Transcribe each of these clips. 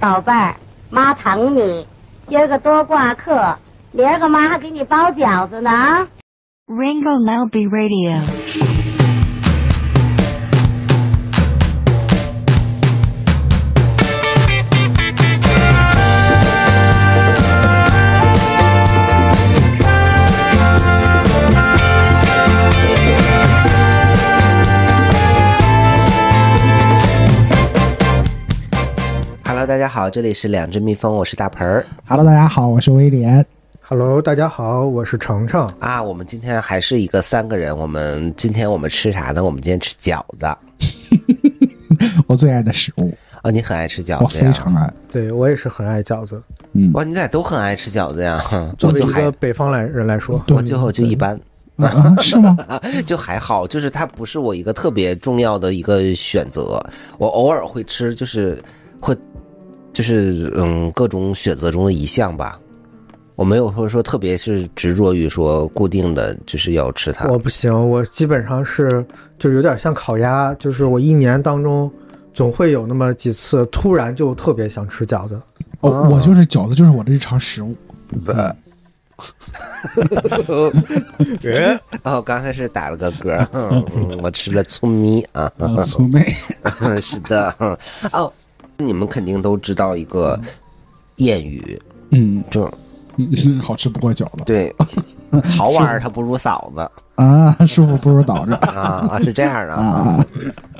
宝贝儿，妈疼你，今儿个多挂课，明儿个妈还给你包饺子呢啊！ Ringo Lalby Radio. ，Hello，大家好，这里是两只蜜蜂，我是大盆儿 Hello，大家好，我是威廉。 Hello，大家好，我是程程。啊。我们今天还是一个三个人，我们今天我们吃啥呢？我们今天吃饺子啊、我最爱的食物，哦，你很爱吃饺我子呀？非常爱。对我也是很爱饺子，嗯，哇，你俩都很爱吃饺子呀？ 哼作我为就一还个北方来人来说，我就就一般。啊啊 是吗？就还好，就是它不是我一个特别重要的一个选择，我偶尔会吃，就是会，就是嗯，各种选择中的一项吧。我没有说说特别是执着于说固定的就是要吃它。我不行，我基本上是就有点像烤鸭，就是我一年当中总会有那么几次突然就特别想吃饺子。嗯哦，我就是饺子，就是我的日常食物。呃 嗯 哦，刚才是打了个嗝儿，嗯我吃了醋咪 啊。呃苏妹， 是的，嗯哦，你们肯定都知道一个谚语，嗯， 就嗯好吃不过饺子 对，好玩儿它不如嫂子啊，师傅不如倒 着啊啊，是这样的啊。 啊。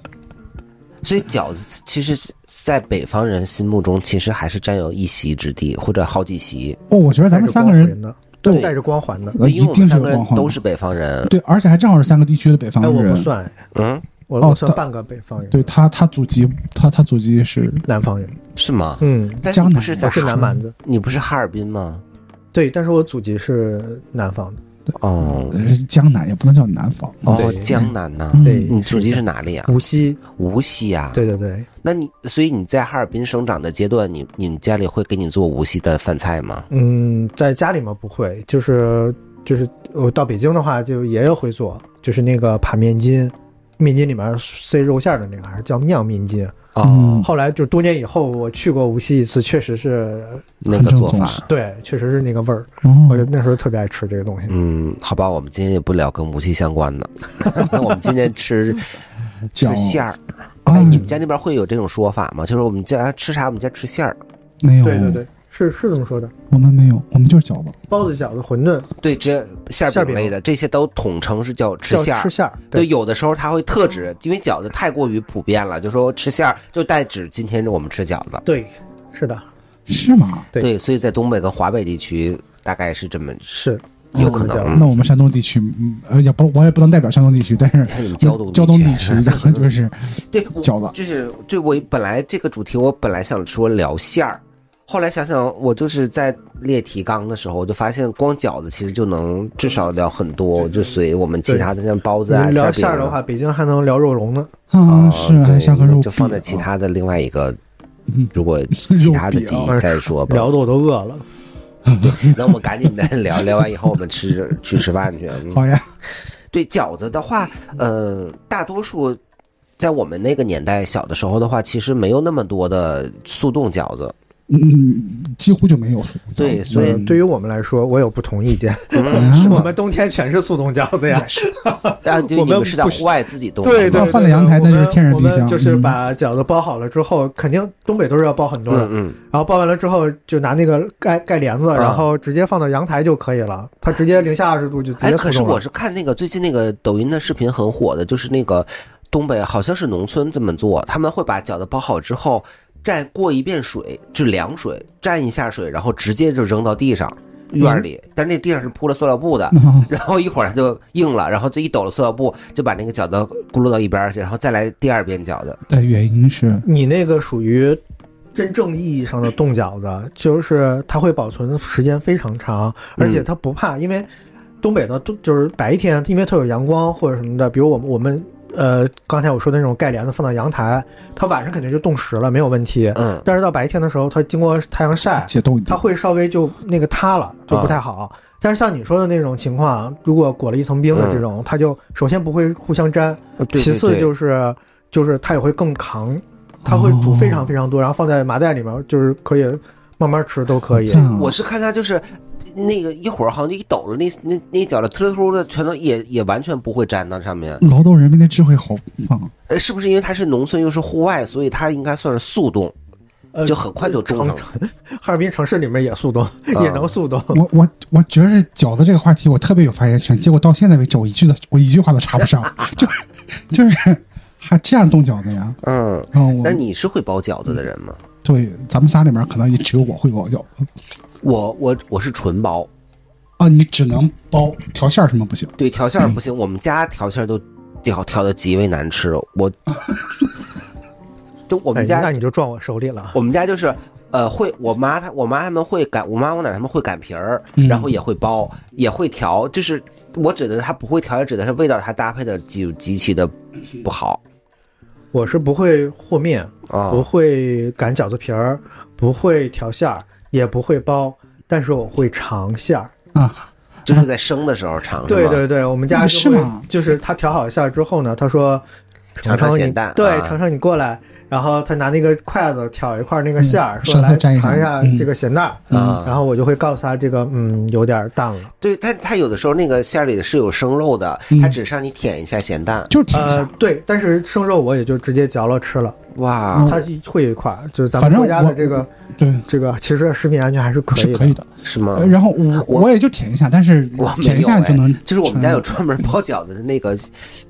所以饺子其实是在北方人心目中，其实还是占有一席之地或者好几席。哦，我觉得咱们三个带着光环人的，对带着光环的。呃因一为我定们是三有个光人环都的是北方人，对，而且还正好是三个地区的北方哎，我不人。算，嗯，我哦我算他半个北方人，对他，他祖籍，他他祖籍是南方人。是吗？嗯，但江你不南是在我是南蛮子。你不是哈尔滨吗？对，但是我祖籍是南方的。哦呃江南，也不能叫南方。哦，对江南呐、嗯对，你祖籍是哪里啊？无锡。无锡啊。嗯对，对对，那你所以你在哈尔滨生长的阶段，你你们家里会给你做无锡的饭菜吗？嗯，在家里嘛不会，就是就是我到北京的话，就爷爷会做，就是那个扒面筋，面筋里面塞肉馅儿的那个，还是叫酿面筋。嗯哦，后来就多年以后，我去过无锡一次，确实是，那个做法很正。对，确实是那个味儿。嗯我就那时候特别爱吃这个东西。嗯，好吧，我们今天也不聊跟无锡相关的， 那我们今天吃饺吃馅儿。啊哎，你们家那边会有这种说法吗？就是我们家吃啥，我们家吃馅儿。没有，对对对，是是这么说的，我们没有，我们就是饺子。包子、饺子、馄饨对，这馅馅儿儿饼饼类的这些都统称是叫吃叫馅儿吃。馅儿，对，，有的时候它会特指，因为饺子太过于普遍了，就说吃馅儿就代指今天我们吃饺子。对，是的，是吗？对对，所以在东北跟华北地区大概是这么是有可这么叫能。那我们山东地区，嗯，呃，也不，我也不能代表山东地区，但是看你们胶东胶东地地区， 然后就是对我饺子就是对我本来这个主题，我本来想说聊馅儿，后来想想，我就是在列提纲的时候，我就发现光饺子其实就能至少聊很多，就随我们其他的像包子啊、你聊馅馅儿儿饼的啊话，北京还能聊肉龙呢。啊，啊，是还对下个那肉就放饼在其啊他的另外一个嗯，如果其他的肉集饼再说吧啊 聊。的我都饿了。那我们赶紧的 聊，聊完以后我们吃去吃饭去。嗯好呀，对饺子的话，嗯呃，大多数在我们那个年代小的时候的话，其实没有那么多的速冻饺子。嗯，几乎就没有熟饺子。对，所呃以嗯对于我们来说，我有不同意见。啊嗯是我们冬天全是速冻饺子呀。嗯 啊，对，我你们们是在不是户外自己冻对是对吧对，放在阳台那就是天然我冰们箱我们就是嗯把饺子包好了之后，肯定东北都是要包很多的。嗯然后包完了之后，就拿那个盖盖帘子，啊然后直接放到阳台就可以了。它直接零下二十度就哎直，接可速是冻我了。是看那个最近那个抖音的视频很火的，就是那个东北好像是农村这么做，他们会把饺子包好之后蘸过一遍水，就凉水蘸一下水，然后直接就扔到地上嗯院里，但那地上是铺了塑料布的。啊然后一会儿它就硬了，然后这一抖了塑料布，就把那个饺子咕噜到一边儿去，然后再来第二遍饺子。的原因是，你那个属于真正意义上的冻饺子，就是它会保存的时间非常长，而且它不怕，因为东北的都就是白天，因为它有阳光或者什么的，比如我们我们呃刚才我说的那种盖帘子放到阳台，它晚上肯定就冻实了，没有问题。嗯，但是到白天的时候，它经过太阳晒，解冻一它点。会稍微就那个塌了，就不太好。但是像你说的那种情况，如果裹了一层冰的这种，它就首先不会互相粘，对对呃其次对就是就是它也会更扛，它会煮非哦常非常多，然后放在麻袋里面，就是可以慢慢吃都可以。赞啊我是看它就是那个一会儿好像就一抖了，那那那饺子突突的全都也也完全不会粘到上面。劳动人民的智慧好 棒，呃，是不是因为它是农村又是户外，所以它应该算是速冻，呃就很快就种上了。啊哈尔滨城市里面也速冻，也能速冻。我我我觉得饺子这个话题我特别有发言权，结果到现在为止我 一句的我一句话都插不上，就是 就是 还这样冻饺子呀？嗯，然后我那你是会包饺子的人吗？对咱们仨里面可能也只有我会包饺子我我我是纯包，啊，你只能包调馅儿什么不行，对调馅儿不行，我们家调馅儿都调调的极为难吃。 我，就我哎们，家那你就撞我手里了。我们家就是，呃，会我妈她我妈他们会擀，我妈我奶他们会擀皮儿，嗯然后也会包，也会调。就是我指的它不会调，也指的是味道它搭配的极极其的不好我是不会和面，啊。哦不会擀饺子皮儿，不会调馅儿，也不会包，但是我会尝馅儿。啊就是在生的时候尝，是对吗对对，我们家哦是就会吗就是他调好馅儿之后呢，他说。尝尝尝咸蛋对啊，尝尝你过来，然后他拿那个筷子挑一块那个馅儿，嗯说舌头来沾一下尝一下嗯这个咸蛋儿，啊然后我就会告诉他这个嗯有点淡了，对，但它有的时候那个馅儿里是有生肉的，嗯它只是让你舔一下咸蛋，就是舔一下。呃对，但是生肉我也就直接嚼了吃了，嗯哇，它会有一块，就是咱反们正国家的我这个对，这个其实食品安全还是可以是的，可以的。是吗呃？然后我我我也就舔一下，但是 我没舔一有下哎就能。呃就是我们家有专门包饺子的那个，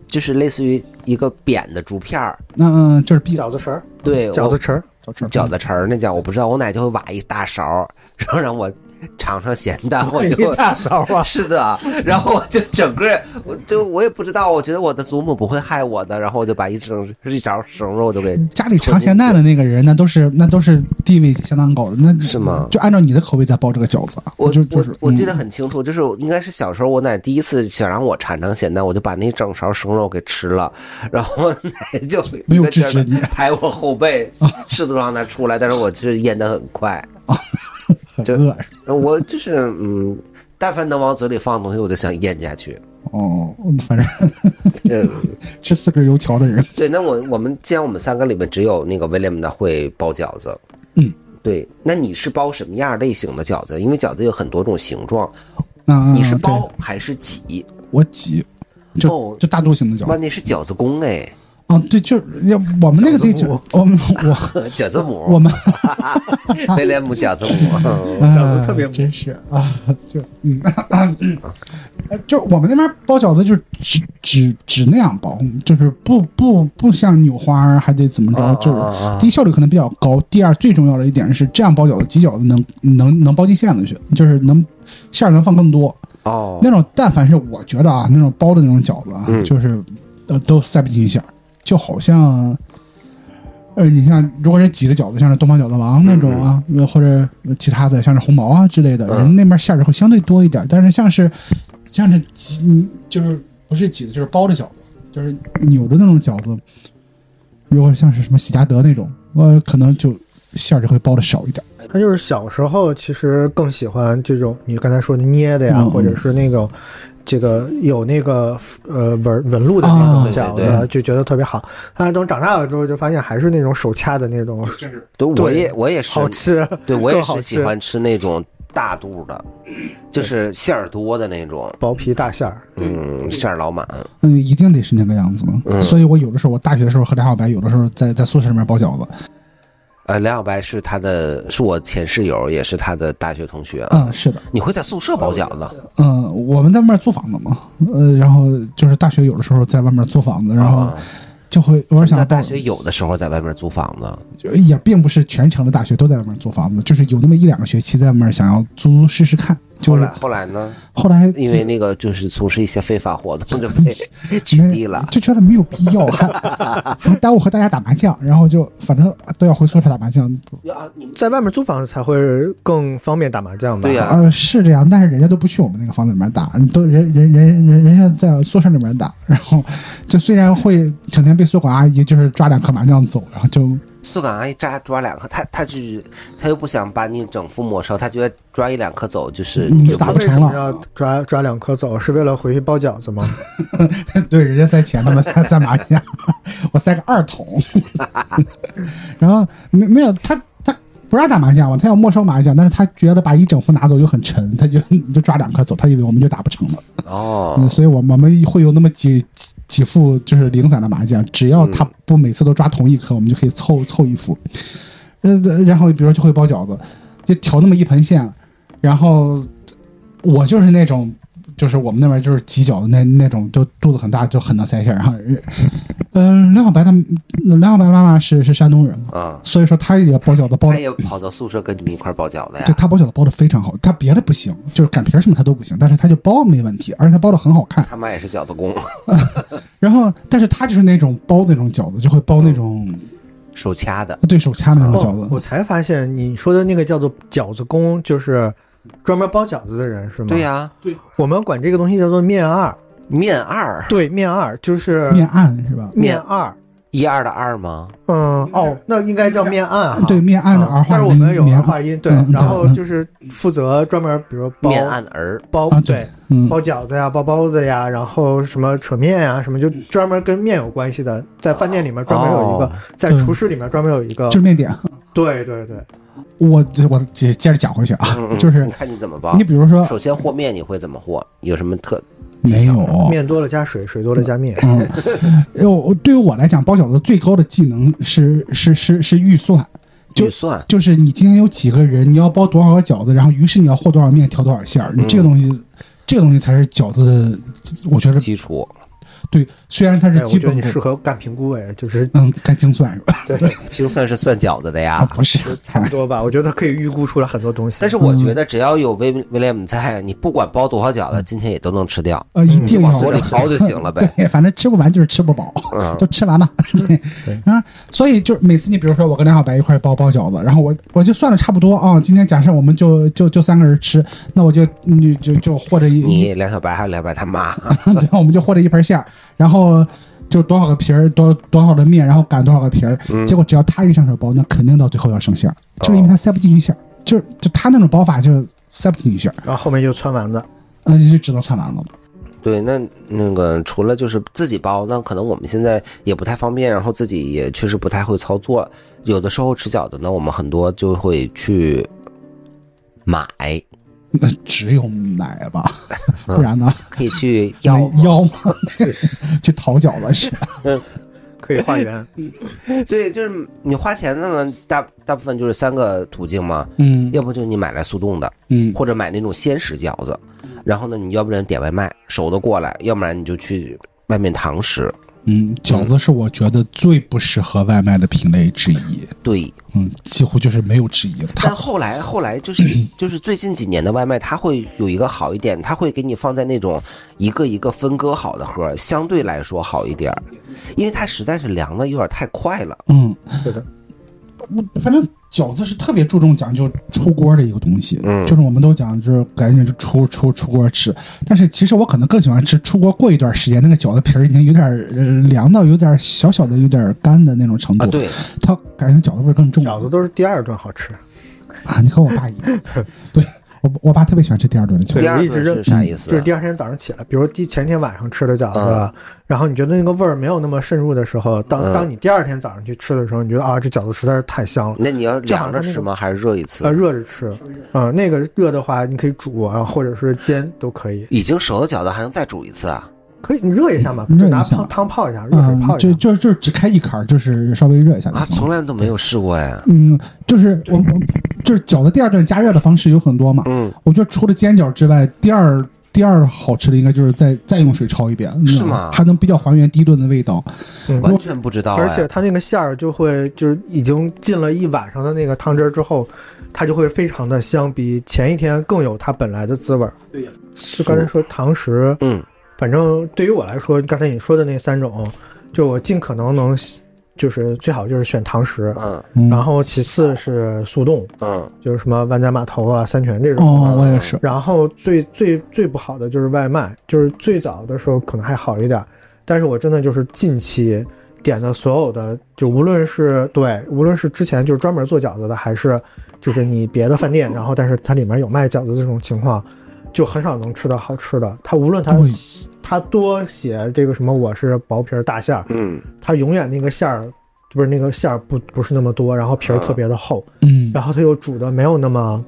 就是类似于一个扁的竹片儿，那嗯，就是必饺子皮儿，对，饺子我皮儿，饺子肠儿那叫我不知道，我奶就会挖一大勺儿，然后让我尝尝咸蛋， 我就，一大勺啊 是的，然后我就整个我就我也不知道，我觉得我的祖母不会害我的，然后我就把一整一勺生肉就给家里尝咸蛋的那个人，那都是那都是地位相当高的，那是吗就按照你的口味在包这个饺子啊。我就就是我我记得嗯很清楚，就是应该是小时候我奶第一次想让我尝尝咸蛋，我就把那整勺生肉给吃了，然后我奶就没有制止你啊拍我后背，试图让它出来，但是我就是咽得很快。很就饿是吧呃我就是嗯，但凡能往嘴里放的东西，我就想咽下去。哦，反正 嗯，吃四根油条的人，对，那我我们既然我们三个里面只有那个威廉的会包饺子，嗯，对，那你是包什么样类型的饺子？因为饺子有很多种形状，那嗯你是对包还是挤？我挤，哦就就大肚型的饺哇，子那是饺子工 哎。啊，对，就是要我们那个地饺子区母，我们我饺子母，我们威廉姆饺子 母，饺子特别哎真是啊，就嗯，呃就我们那边包饺子就只只只那样包，就是不不不像扭花儿还得怎么啊着，就啊啊啊是第一效率可能比较高，第二最重要的一点是这样包饺子，挤饺子能能能包进馅子去，就是能馅儿能放更多。哦，那种但凡是我觉得啊，那种包的那种饺子啊，嗯就是都都塞不进去馅儿，就好像，呃，你像如果是挤的饺子，像是东方饺子王那种啊，呃或者其他的像是红毛啊之类的，嗯人那边馅儿会相对多一点，但是像是像是挤，嗯就是不是挤的，就是包的饺子，就是扭的那种饺子，如果像是什么喜家德那种，呃，可能就馅儿就会包的少一点。他就是小时候其实更喜欢这种你刚才说的捏的呀，嗯嗯或者是那种这个有那个呃纹纹路的那种饺子，啊对对对就觉得特别好。但是等长大了之后，就发现还是那种手掐的那种对，我对也我也是好，吃。对我也更好是吃喜欢吃那种大肚的，就是馅儿多的那种，薄皮大馅儿，嗯，馅儿老满，嗯，一定得是那个样子。嗯所以我有的时候，我大学的时候和梁小白，有的时候在在宿舍里面包饺子。呃，梁小白是他的，是我前室友，也是他的大学同学啊。嗯，是的，你会在宿舍包饺子？嗯，我们在外面租房子嘛，呃，然后就是大学有的时候在外面租房子，然后啊就会偶哦尔想那要包大，学有的时候在外面租房子，也并不是全程的大学都在外面租房子，就是有那么一两个学期在外面想要租试试看，后就来是后来呢？后来因为那个就是从事一些非法活动就被 取缔了。就觉得没有必要， 还还耽误和大家打麻将，然后就反正都要回宿舍打麻将，啊，你们在外面租房子才会更方便打麻将吧？对呀呃，是这样，但是人家都不去我们那个房子里面打，都人人人人人家在宿舍里面打，然后就虽然会整天被宿管阿姨就是抓两颗麻将走，然后就 速干阿姨扎抓两颗，她她就是她又不想把你整副没收，她觉得抓一两颗走就是嗯就达不为成什么了要抓抓两颗走？是为了回去包饺子吗？对，人家塞钱他妈塞塞马甲， 我塞个二筒，然后没没有他他不让打麻将嘛，他要没收麻将，但是他觉得把一整副拿走就很沉，他就就抓两颗走，他以为我们就打不成了，哦嗯，所以我们我们会有那么几几几副就是零散的麻将，只要他不每次都抓同一颗，我们就可以凑凑一副，呃，然后比如说就会包饺子，就调那么一盆馅，然后我就是那种，就是我们那边就是挤饺子那那种，就肚子很大，就很能塞馅儿。然后，嗯、梁小白的梁小白的妈妈是是山东人嘛，嗯，所以说她也包饺子包她的，也跑到宿舍跟你们一块儿包饺子就呀。她包饺子包的非常好，她别的不行，就是擀皮儿什么她都不行，但是她就包没问题，而且她包的很好看。他妈也是饺子工，然后，但是她就是那种包那种饺子，就会包那种手掐的。对手掐的嗯那种饺哦，子。我才发现你说的那个叫做饺子工，就是专门包饺子的人是吗？对、呀、我们管这个东西叫做面二。嗯面二对，面二就是面案是吧？面二。一二的二吗？嗯，哦，那应该叫面案哈。对，面案的儿啊化但是我音们有面儿案化音，对嗯，然后嗯就是负责专门，比如包面案儿包啊，对对，，嗯，包饺子呀，包包子呀，然后什么扯面呀，什么就专门跟面有关系的，在饭店里面专门有一个哦，在对厨师里面专门有一个就，是哦面点。对对对，我我接接着讲回去啊，嗯嗯就是你看你怎么包你。比如说首先和面你会怎么和？有什么特技没巧有吗？面多了加水，水多了加面。嗯，呃我对于我来讲，包饺子最高的技能是是是是预算，就预算就是你今天有几个人，你要包多少个饺子，然后于是你要和多少面，调多少馅儿，你嗯这个东西，这个东西才是饺子的，我觉得基础，对，虽然它哎，是我基觉得本你功，适合干评估，哎，就是嗯，该精算是吧？对，精算是算饺子的呀啊，。 不是，差嗯不多吧。我觉得可以预估出来很多东西。但是我觉得只要有威威廉姆在，你不管包多少饺子，今天也都能吃掉，呃，一定往要火里刨就行了呗。 对，反正吃不完就是吃不饱，嗯 就吃完了。对啊，所以就是每次你比如说我跟梁小白一块儿包包饺子，然后我我就算了差不多啊、今天假设我们就就就三个人吃，那我就你就就和着一，嗯你梁小白还有梁白他妈，对，我们就和着一盆馅儿，然后。就多少个皮儿，多多少的面，然后擀多少个皮儿，嗯结果只要他一上手包，那肯定到最后要剩馅儿，就是因哦为他塞不进去馅儿，就是就他那种包法就塞不进去馅儿，然后后面就穿丸子，嗯、就只能串完了。对，那那个除了就是自己包，那可能我们现在也不太方便，然后自己也确实不太会操作。有的时候吃饺子呢，我们很多就会去买，那只有买吧，不然呢？可以去要没腰吗？ 去讨饺子是？可以化 缘。对，就是你花钱，那么大大部分就是三个途径嘛，嗯要不就你买来速冻的，嗯或者买那种鲜食饺子，然后呢，你要不然点外卖熟的过来，要不然你就去外面堂食。嗯，饺子是我觉得最不适合外卖的品类之一，对，嗯，几乎就是没有之一了。但它后来后来 就是就是最近几年的外卖，它会有一个好一点，它会给你放在那种一个一个分割好的盒，相对来说好一点儿，因为它实在是凉的有点太快了。嗯，是的，我反正饺子是特别注重讲究出锅的一个东西，嗯就是我们都讲就是赶紧就出出出锅吃，但是其实我可能更喜欢吃出锅过一段时间，那个饺子皮儿已经有点儿、呃凉到有点儿小小的有点儿干的那种程度，啊，对，它感觉饺子味儿更重。饺子都是第二顿好吃。啊，你和我 爸一样，对我我爸特别喜欢吃第二顿的饺对子，第二我一直顿认是啥意思啊就是第二天早上起来，比如第前天晚上吃的饺子，然后你觉得那个味儿没有那么渗入的时候，当、嗯当你第二天早上去吃的时候，你觉得啊，这饺子实在是太香了。那你要就好凉像着它那吃个吗？还是热一次呃，？热着吃，啊、那个热的话，你可以煮，然后或者是煎都可以，已经熟的饺子还能再煮一次啊？可以你热一下嘛，嗯就热拿一下汤汤泡一下，热水嗯，泡一下。就就就是只开一坎儿，就是稍微热一嗯下就啊，行从了。来都没有试过呀。嗯，就是我我就是饺子第二顿加热的方式有很多嘛，嗯，我觉得除了煎饺之外，第二第二好吃的应该就是再再用水焯一遍，是嗯吗还能比较还原第一顿的味道。完全不知道、哎。而且它那个馅儿就会就是已经进了一晚上的那个汤汁儿之后，它就会非常的香，比前一天更有它本来的滋味儿。就刚才说堂食，嗯，反正对于我来说，刚才你说的那三种，就我尽可能能，就是最好就是选堂食，嗯嗯，然后其次是速冻，嗯，就是什么万家码头啊、三全这种。哦，我也是，然后最最最不好的就是外卖，就是最早的时候可能还好一点，但是我真的就是近期点的所有的，就无论是对，无论是之前就是专门做饺子的，还是就是你别的饭店，然后但是它里面有卖饺子这种情况，就很少能吃到好吃的。它无论它对它多写这个什么我是薄皮儿大馅儿，嗯，它永远那个馅儿不是那个馅儿不不是那么多，然后皮儿特别的厚，嗯，然后它又煮的没有那么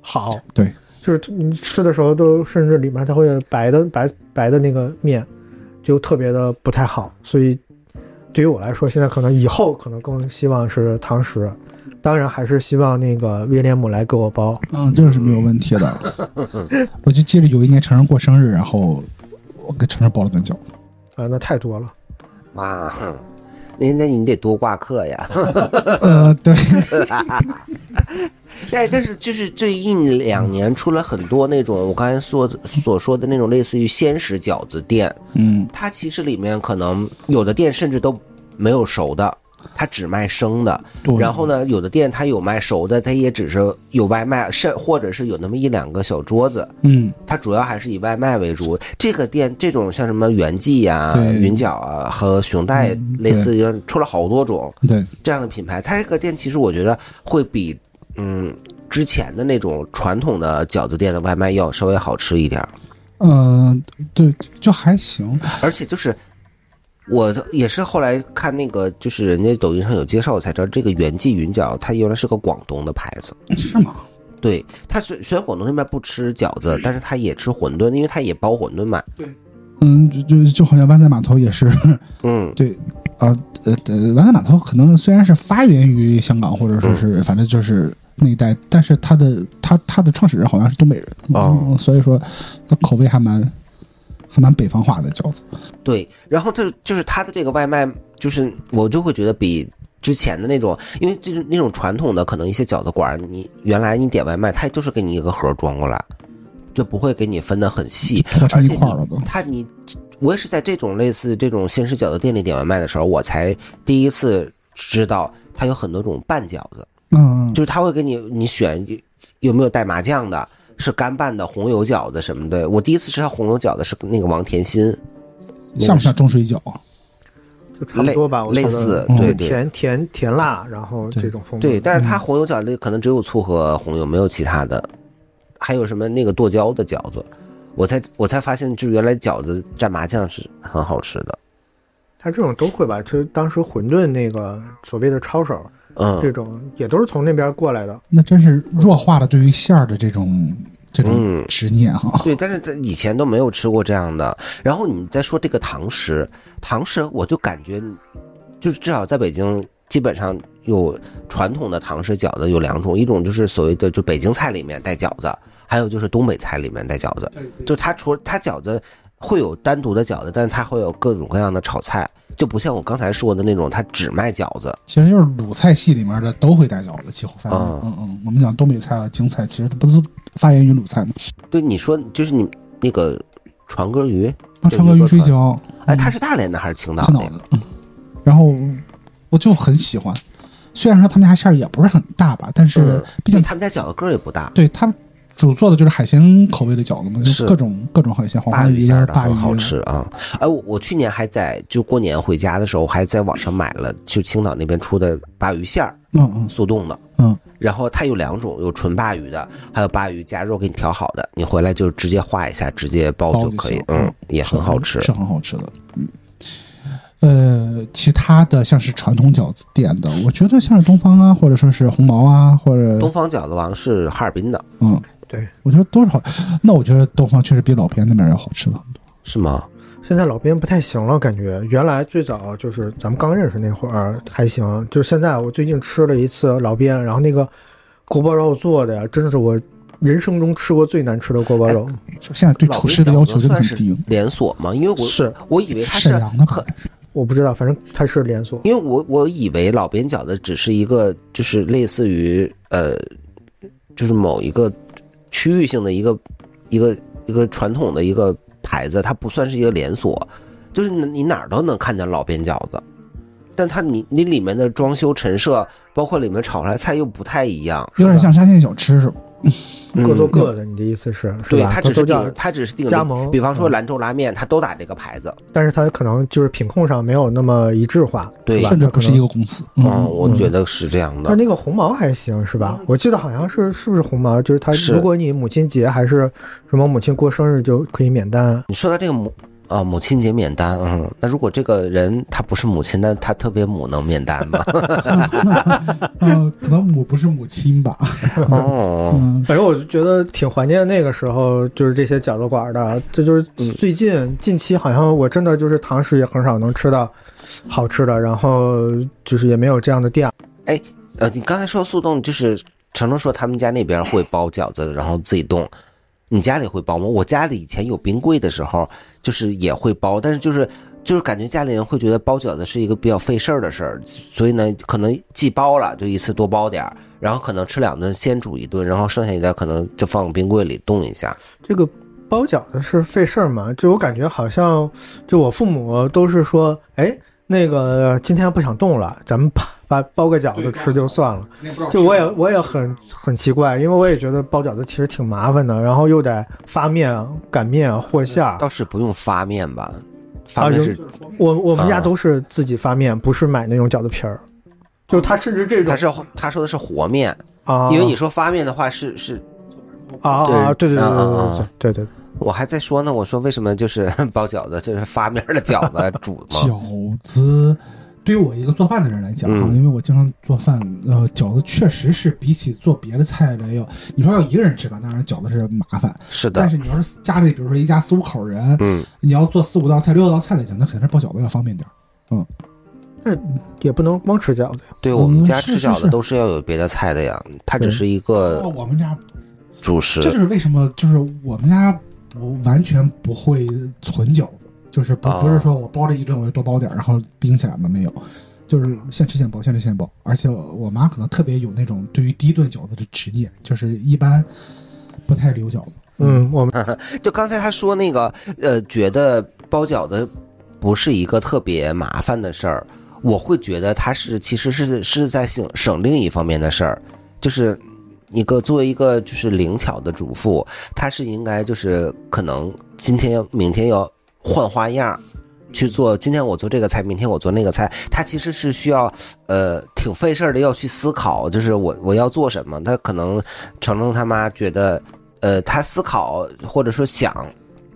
好，对，就是你吃的时候都甚至里面它会白的白白的那个面，就特别的不太好。所以对于我来说，现在可能以后可能更希望是堂食，当然还是希望那个威廉姆来给我包。嗯，这是没有问题的。 我就记得有一年成人过生日，然后我给成人包了顿饺 子。啊，那太多了，哇，哼那那你得多挂课呀。 呃，对，哎，但是就是这一两年出了很多那种我刚才说的所说的那种类似于鲜食饺子店，嗯，它其实里面可能有的店甚至都没有熟的，它只卖生的。对。然后呢，有的店它有卖熟的，它也只是有外卖，甚或者是有那么一两个小桌子，嗯，它主要还是以外卖为主。这个店这种像什么袁记呀、对云饺啊和熊黛嗯类似于出了好多种对，这样的品牌，它这个店其实我觉得会比嗯之前的那种传统的饺子店的外卖要稍微好吃一点儿，呃，对，就还行。而且就是。我也是后来看那个，就是人家抖音上有介绍，我才知道这个袁记云饺，它原来是个广东的牌子。是吗？对他虽虽然广东那边不吃饺子，但是他也吃馄饨，因为他也包馄饨嘛。嗯，就就就好像湾仔码头也是， 嗯，对，啊，呃，呃湾仔码头可能虽然是发源于香港，或者嗯说是反正就是那一带，但是它的它它的创始人好像是东北人，哦嗯所以说它口味还蛮还蛮北方化的饺子。对。然后他就是他的这个外卖，就是我就会觉得比之前的那种，因为就是那种传统的，可能一些饺子馆儿，你原来你点外卖，他就是给你一个盒儿装过来，就不会给你分的很细合，成而一且块儿了你都他你。我也是在这种类似这种新式饺子店里点外卖的时候，我才第一次知道它有很多种拌饺子。嗯，就是他会给你你选有没有带麻酱的，是干拌的红油饺子什么的。我第一次吃到红油饺子是那个王甜心，像不像中水饺？就差不多吧，我类觉类得似嗯，对对甜甜甜辣，然后对这种风格。对，但是它红油饺子可能只有醋和红油，没有其他的，还有什么那个剁椒的饺子。我才我才发现，就是原来饺子蘸麻酱是很好吃的。它这种都会吧，就是当时馄饨那个所谓的抄手，这嗯种也都是从那边过来的。那真是弱化了对于馅儿的这种这种嗯执念哈。对，但是在以前都没有吃过这样的。然后你再说这个堂食，堂食我就感觉，就是至少在北京，基本上有传统的堂食饺子有两种，一种就是所谓的就北京菜里面带饺子，还有就是东北菜里面带饺子。就它除它饺子会有单独的饺子，但是它会有各种各样的炒菜，就不像我刚才说的那种，它只卖饺子。其实就是鲁菜系里面的都会带饺子，几乎反正啊嗯嗯，我们讲东北菜啊、京菜，其实不都发源于鲁菜吗？对，你说就是你那个船哥鱼，啊，对川哥一鱼个水川饺，哎，嗯他是大连的还是青岛青的岛呀？的，嗯，然后我就很喜欢。虽然说他们家馅儿也不是很大吧，但是嗯毕竟他们家饺子个儿也不大。对他主做的就是海鲜口味的饺子嘛，就是各种各种海鲜，黄鲅花鱼鱼馅啊、儿的鲅很鱼，好吃啊！哎，我我去年还在就过年回家的时候，还在网上买了就青岛那边出的鲅鱼馅儿，嗯嗯速冻的。嗯，然后它有两种，有纯鲅鱼的，还有鲅鱼加肉给你调好的，你回来就直接化一下，直接包包就就可以行。嗯嗯，也很好吃。是很好吃的。嗯，呃，其他的像是传统饺子店的，我觉得像是东方啊，或者说是红毛啊，或东者方饺子王是哈尔滨的，嗯，对，我觉得都是好。那我觉得东方确实比老边那边要好吃了很多。是吗？现在老边不太行了，感觉原来最早就是咱们刚认识那会儿还行，就是现在我最近吃了一次老边，然后那个锅包肉做的呀，真的是我人生中吃过最难吃的锅哎包肉。就现在对老厨兵师的要饺子求真的算很是低，连锁吗？因为我是我以为它是沈阳的吧很我不知道，反正它是连锁。因为我我以为老边饺子只是一个就是类似于呃，就是某一个区域性的一个一个一个传统的一个牌子，它不算是一个连锁，就是你你哪儿都能看见老边饺子，但它你你里面的装修陈设，包括里面炒出来菜又不太一样，有点像沙县小吃是吧？嗯各做各的。你的意思是，是嗯对，吧它都只是都叫定，它只是定加着盟比方说嗯兰州拉面，它都打这个牌子。但是它可能就是品控上没有那么一致化，对是吧甚至不是一。它可能个公司。 嗯，嗯，我觉得是这样的。但那个红毛还行是吧？我记得好像是是不是红毛？就是它，是如果你母亲节还是什么母亲过生日就可以免单。你说到这个母啊，母亲节免单，嗯，那如果这个人他不是母亲，但他特别母，能免单吗？ 嗯，可能母不是母亲吧。哦，嗯， 反正我就觉得挺怀念那个时候，就是这些饺子馆的。这就是最近、近期，好像我真的就是堂食也很少能吃到好吃的，然后就是也没有这样的店。呃，你刚才说速冻，就是程程说他们家那边会包饺子，然后自己冻。你家里会包吗？我家里以前有冰柜的时候，就是也会包，但是就是就是感觉家里人会觉得包饺子是一个比较费事儿的事儿，所以呢，可能既包了就一次多包点儿，然后可能吃两顿先煮一顿，然后剩下一点可能就放冰柜里冻一下。这个包饺子是费事儿吗？就我感觉好像，就我父母都是说，哎，那个今天不想动了，咱们把把包个饺子吃就算了。就我也我也很很奇怪，因为我也觉得包饺子其实挺麻烦的，然后又得发面、擀面、和馅啊儿。倒是不用发面吧，发面有是、我我们啊家都是自己发面，不是买那种饺子皮儿。就他甚至这种他是他说的是和面，啊，因为你说发面的话是是啊啊，对对对啊啊啊对对对对对，我还在说呢，我说为什么就是 包饺子，就是发面的饺 子煮吗？饺子对于我一个做饭的人来讲哈，嗯因为我经常做饭，呃，饺子确实是比起做别的菜来要，你说要一个人吃吧，当然饺子是麻烦，是但的，是你要是家里比如说一家四五口人，嗯，你要做四五道菜、六道菜来讲，那肯定是包饺子要方便点儿。也不能光吃饺子。对嗯我们家是吃是饺子是都是要有别的菜的呀，它只对是一哦个我们家主食这就是为什么，就是我们家不完全不会存饺子，就是不啊不是说我包这一顿我就多包点儿，然后冰起来嘛，没有，就是现吃现包，现吃现包。而且我妈可能特别有那种对于第一顿饺子的执念，就是一般不太留饺子。嗯，我啊们就刚才他说那个，呃，觉得包饺子不是一个特别麻烦的事儿，我会觉得它是其实是是在省省另一方面的事儿，就是一个作为一个就是灵巧的主妇，她是应该就是可能今天要明天要换花样儿去做，今天我做这个菜，明天我做那个菜，她其实是需要呃挺费事儿的，要去思考，就是我我要做什么，她可能程程他妈觉得。呃，他思考或者说想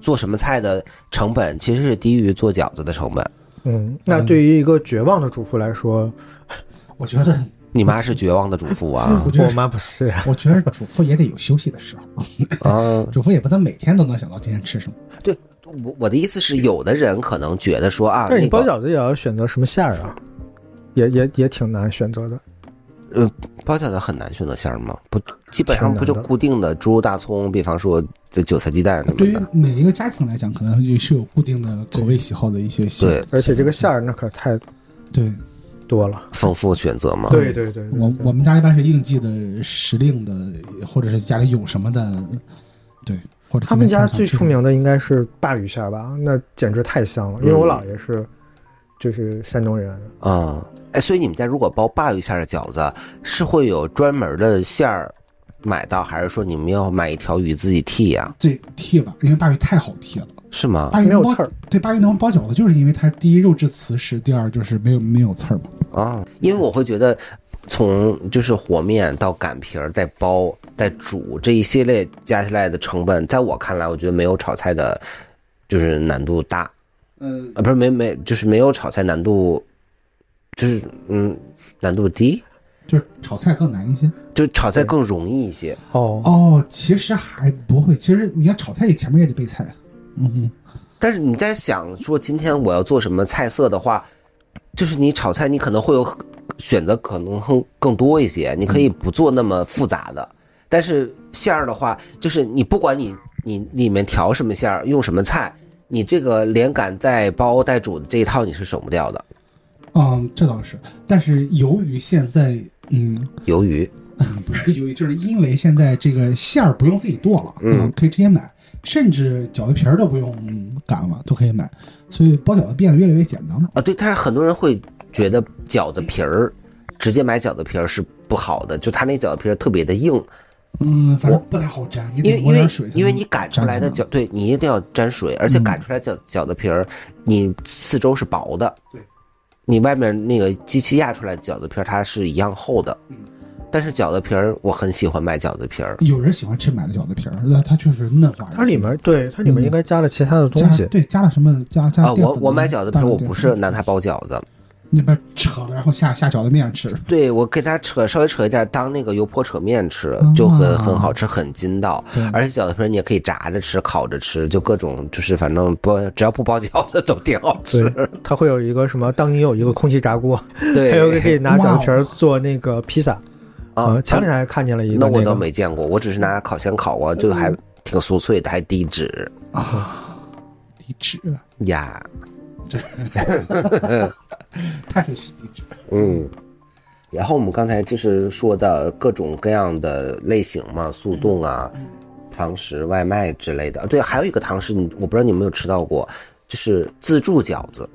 做什么菜的成本，其实是低于做饺子的成本。嗯，那对于一个绝望的主妇来说，我觉得，你妈是绝望的主妇啊 我觉我得，妈不是。 我觉得主妇也得有休息的时候，嗯啊！主妇也不能每天都能想到今天吃什么。我我的意思是，有的人可能觉得说啊，但是那你包个饺子也要选择什么馅儿啊，也也也挺难选择的。包饺子很难选择馅儿吗？不，基本上挺难不就的固定的猪肉、大葱，比方说这韭菜、鸡蛋什对么于的。每一个家庭来讲，可能也是有固定的口味喜好的一些馅对，而且这个馅儿那可太对，多了。丰富选择嘛。对对对，对我嗯对我们家一般是应季的、时令的，或者是家里有什么的，对，或者他们今天家看最上去出名的应该是鲅鱼馅儿吧，那简直太香了。因为我姥爷是就是山东人，嗯，哎，所以你们家如果包鲅鱼馅儿的饺子，是会有专门的馅儿买到，还是说你们要买一条鱼自己剔呀、最剔吧，因为鲅鱼太好剔了。是吗？鲅鱼啊没能有包刺儿，对，鲅鱼能包饺子，就是因为它第一肉质瓷实，第二就是没有没有刺儿嘛。啊，因为我会觉得，从就是和面到擀皮儿，再包再煮这一系列加起来的成本，在我看来，我觉得没有炒菜的，就是难度大。嗯，啊，不是没没，就是没有炒菜难度，就是嗯，难度低，就是炒菜更难一些。就炒菜更容易一些。哦，哦，其实还不会，其实你要炒菜，也前面也得备菜啊。嗯哼，但是你在想说今天我要做什么菜色的话，就是你炒菜，你可能会有选择，可能更更多一些。你可以不做那么复杂的，但是馅儿的话，就是你不管你你里面调什么馅儿，用什么菜，你这个连擀带包带煮的这一套你是省不掉的。嗯，这倒是。但是由于现在，嗯，鱿鱼，不是由于，就是因为现在这个馅儿不用自己剁了，嗯啊可以直接买，甚至饺子皮儿都不用擀了，都可以买，所以包饺子变得越来越简单了。啊，对，但是很多人会觉得饺子皮儿，直接买饺子皮儿是不好的，就它那饺子皮儿特别的硬，嗯，反正不太好粘，你因为得因抹为点水才能因为你擀出来的粘起饺，对你一定要沾水，而且嗯擀出来饺饺子皮儿，你四周是薄的，对，你外面那个机器压出来的饺子皮儿它是一样厚的，嗯，但是饺子皮儿我很喜欢买饺子皮儿，有人喜欢吃买的饺子皮儿，那它确实嫩滑。它里面对它里嗯面应该加了其他的东加西，对加了什么加加啊，淀我粉我的买饺子皮大儿量我淀不粉是拿它包饺子，那边扯了，然后下下饺子面吃。对我给它扯稍微扯一点当那个油泼扯面吃啊就很很好吃，很筋道对，而且饺子皮儿你也可以炸着吃、烤着吃，就各种就是反正不只要不包饺子都挺好 吃，对，它会有一个什么？当你有一个空气炸锅，对，哦还有一个可以拿饺子皮儿做那个披萨。啊呃，前两天还看见了一那个、个，我倒没见过，我只是拿烤箱烤过，就嗯还挺酥脆的，还低脂地址呀。碳水是地址，嗯，然后我们刚才就是说的各种各样的类型嘛，速冻啊、嗯堂食、外卖之类的。对，还有一个堂食，你我不知道你有没有吃到过，就是自助饺子，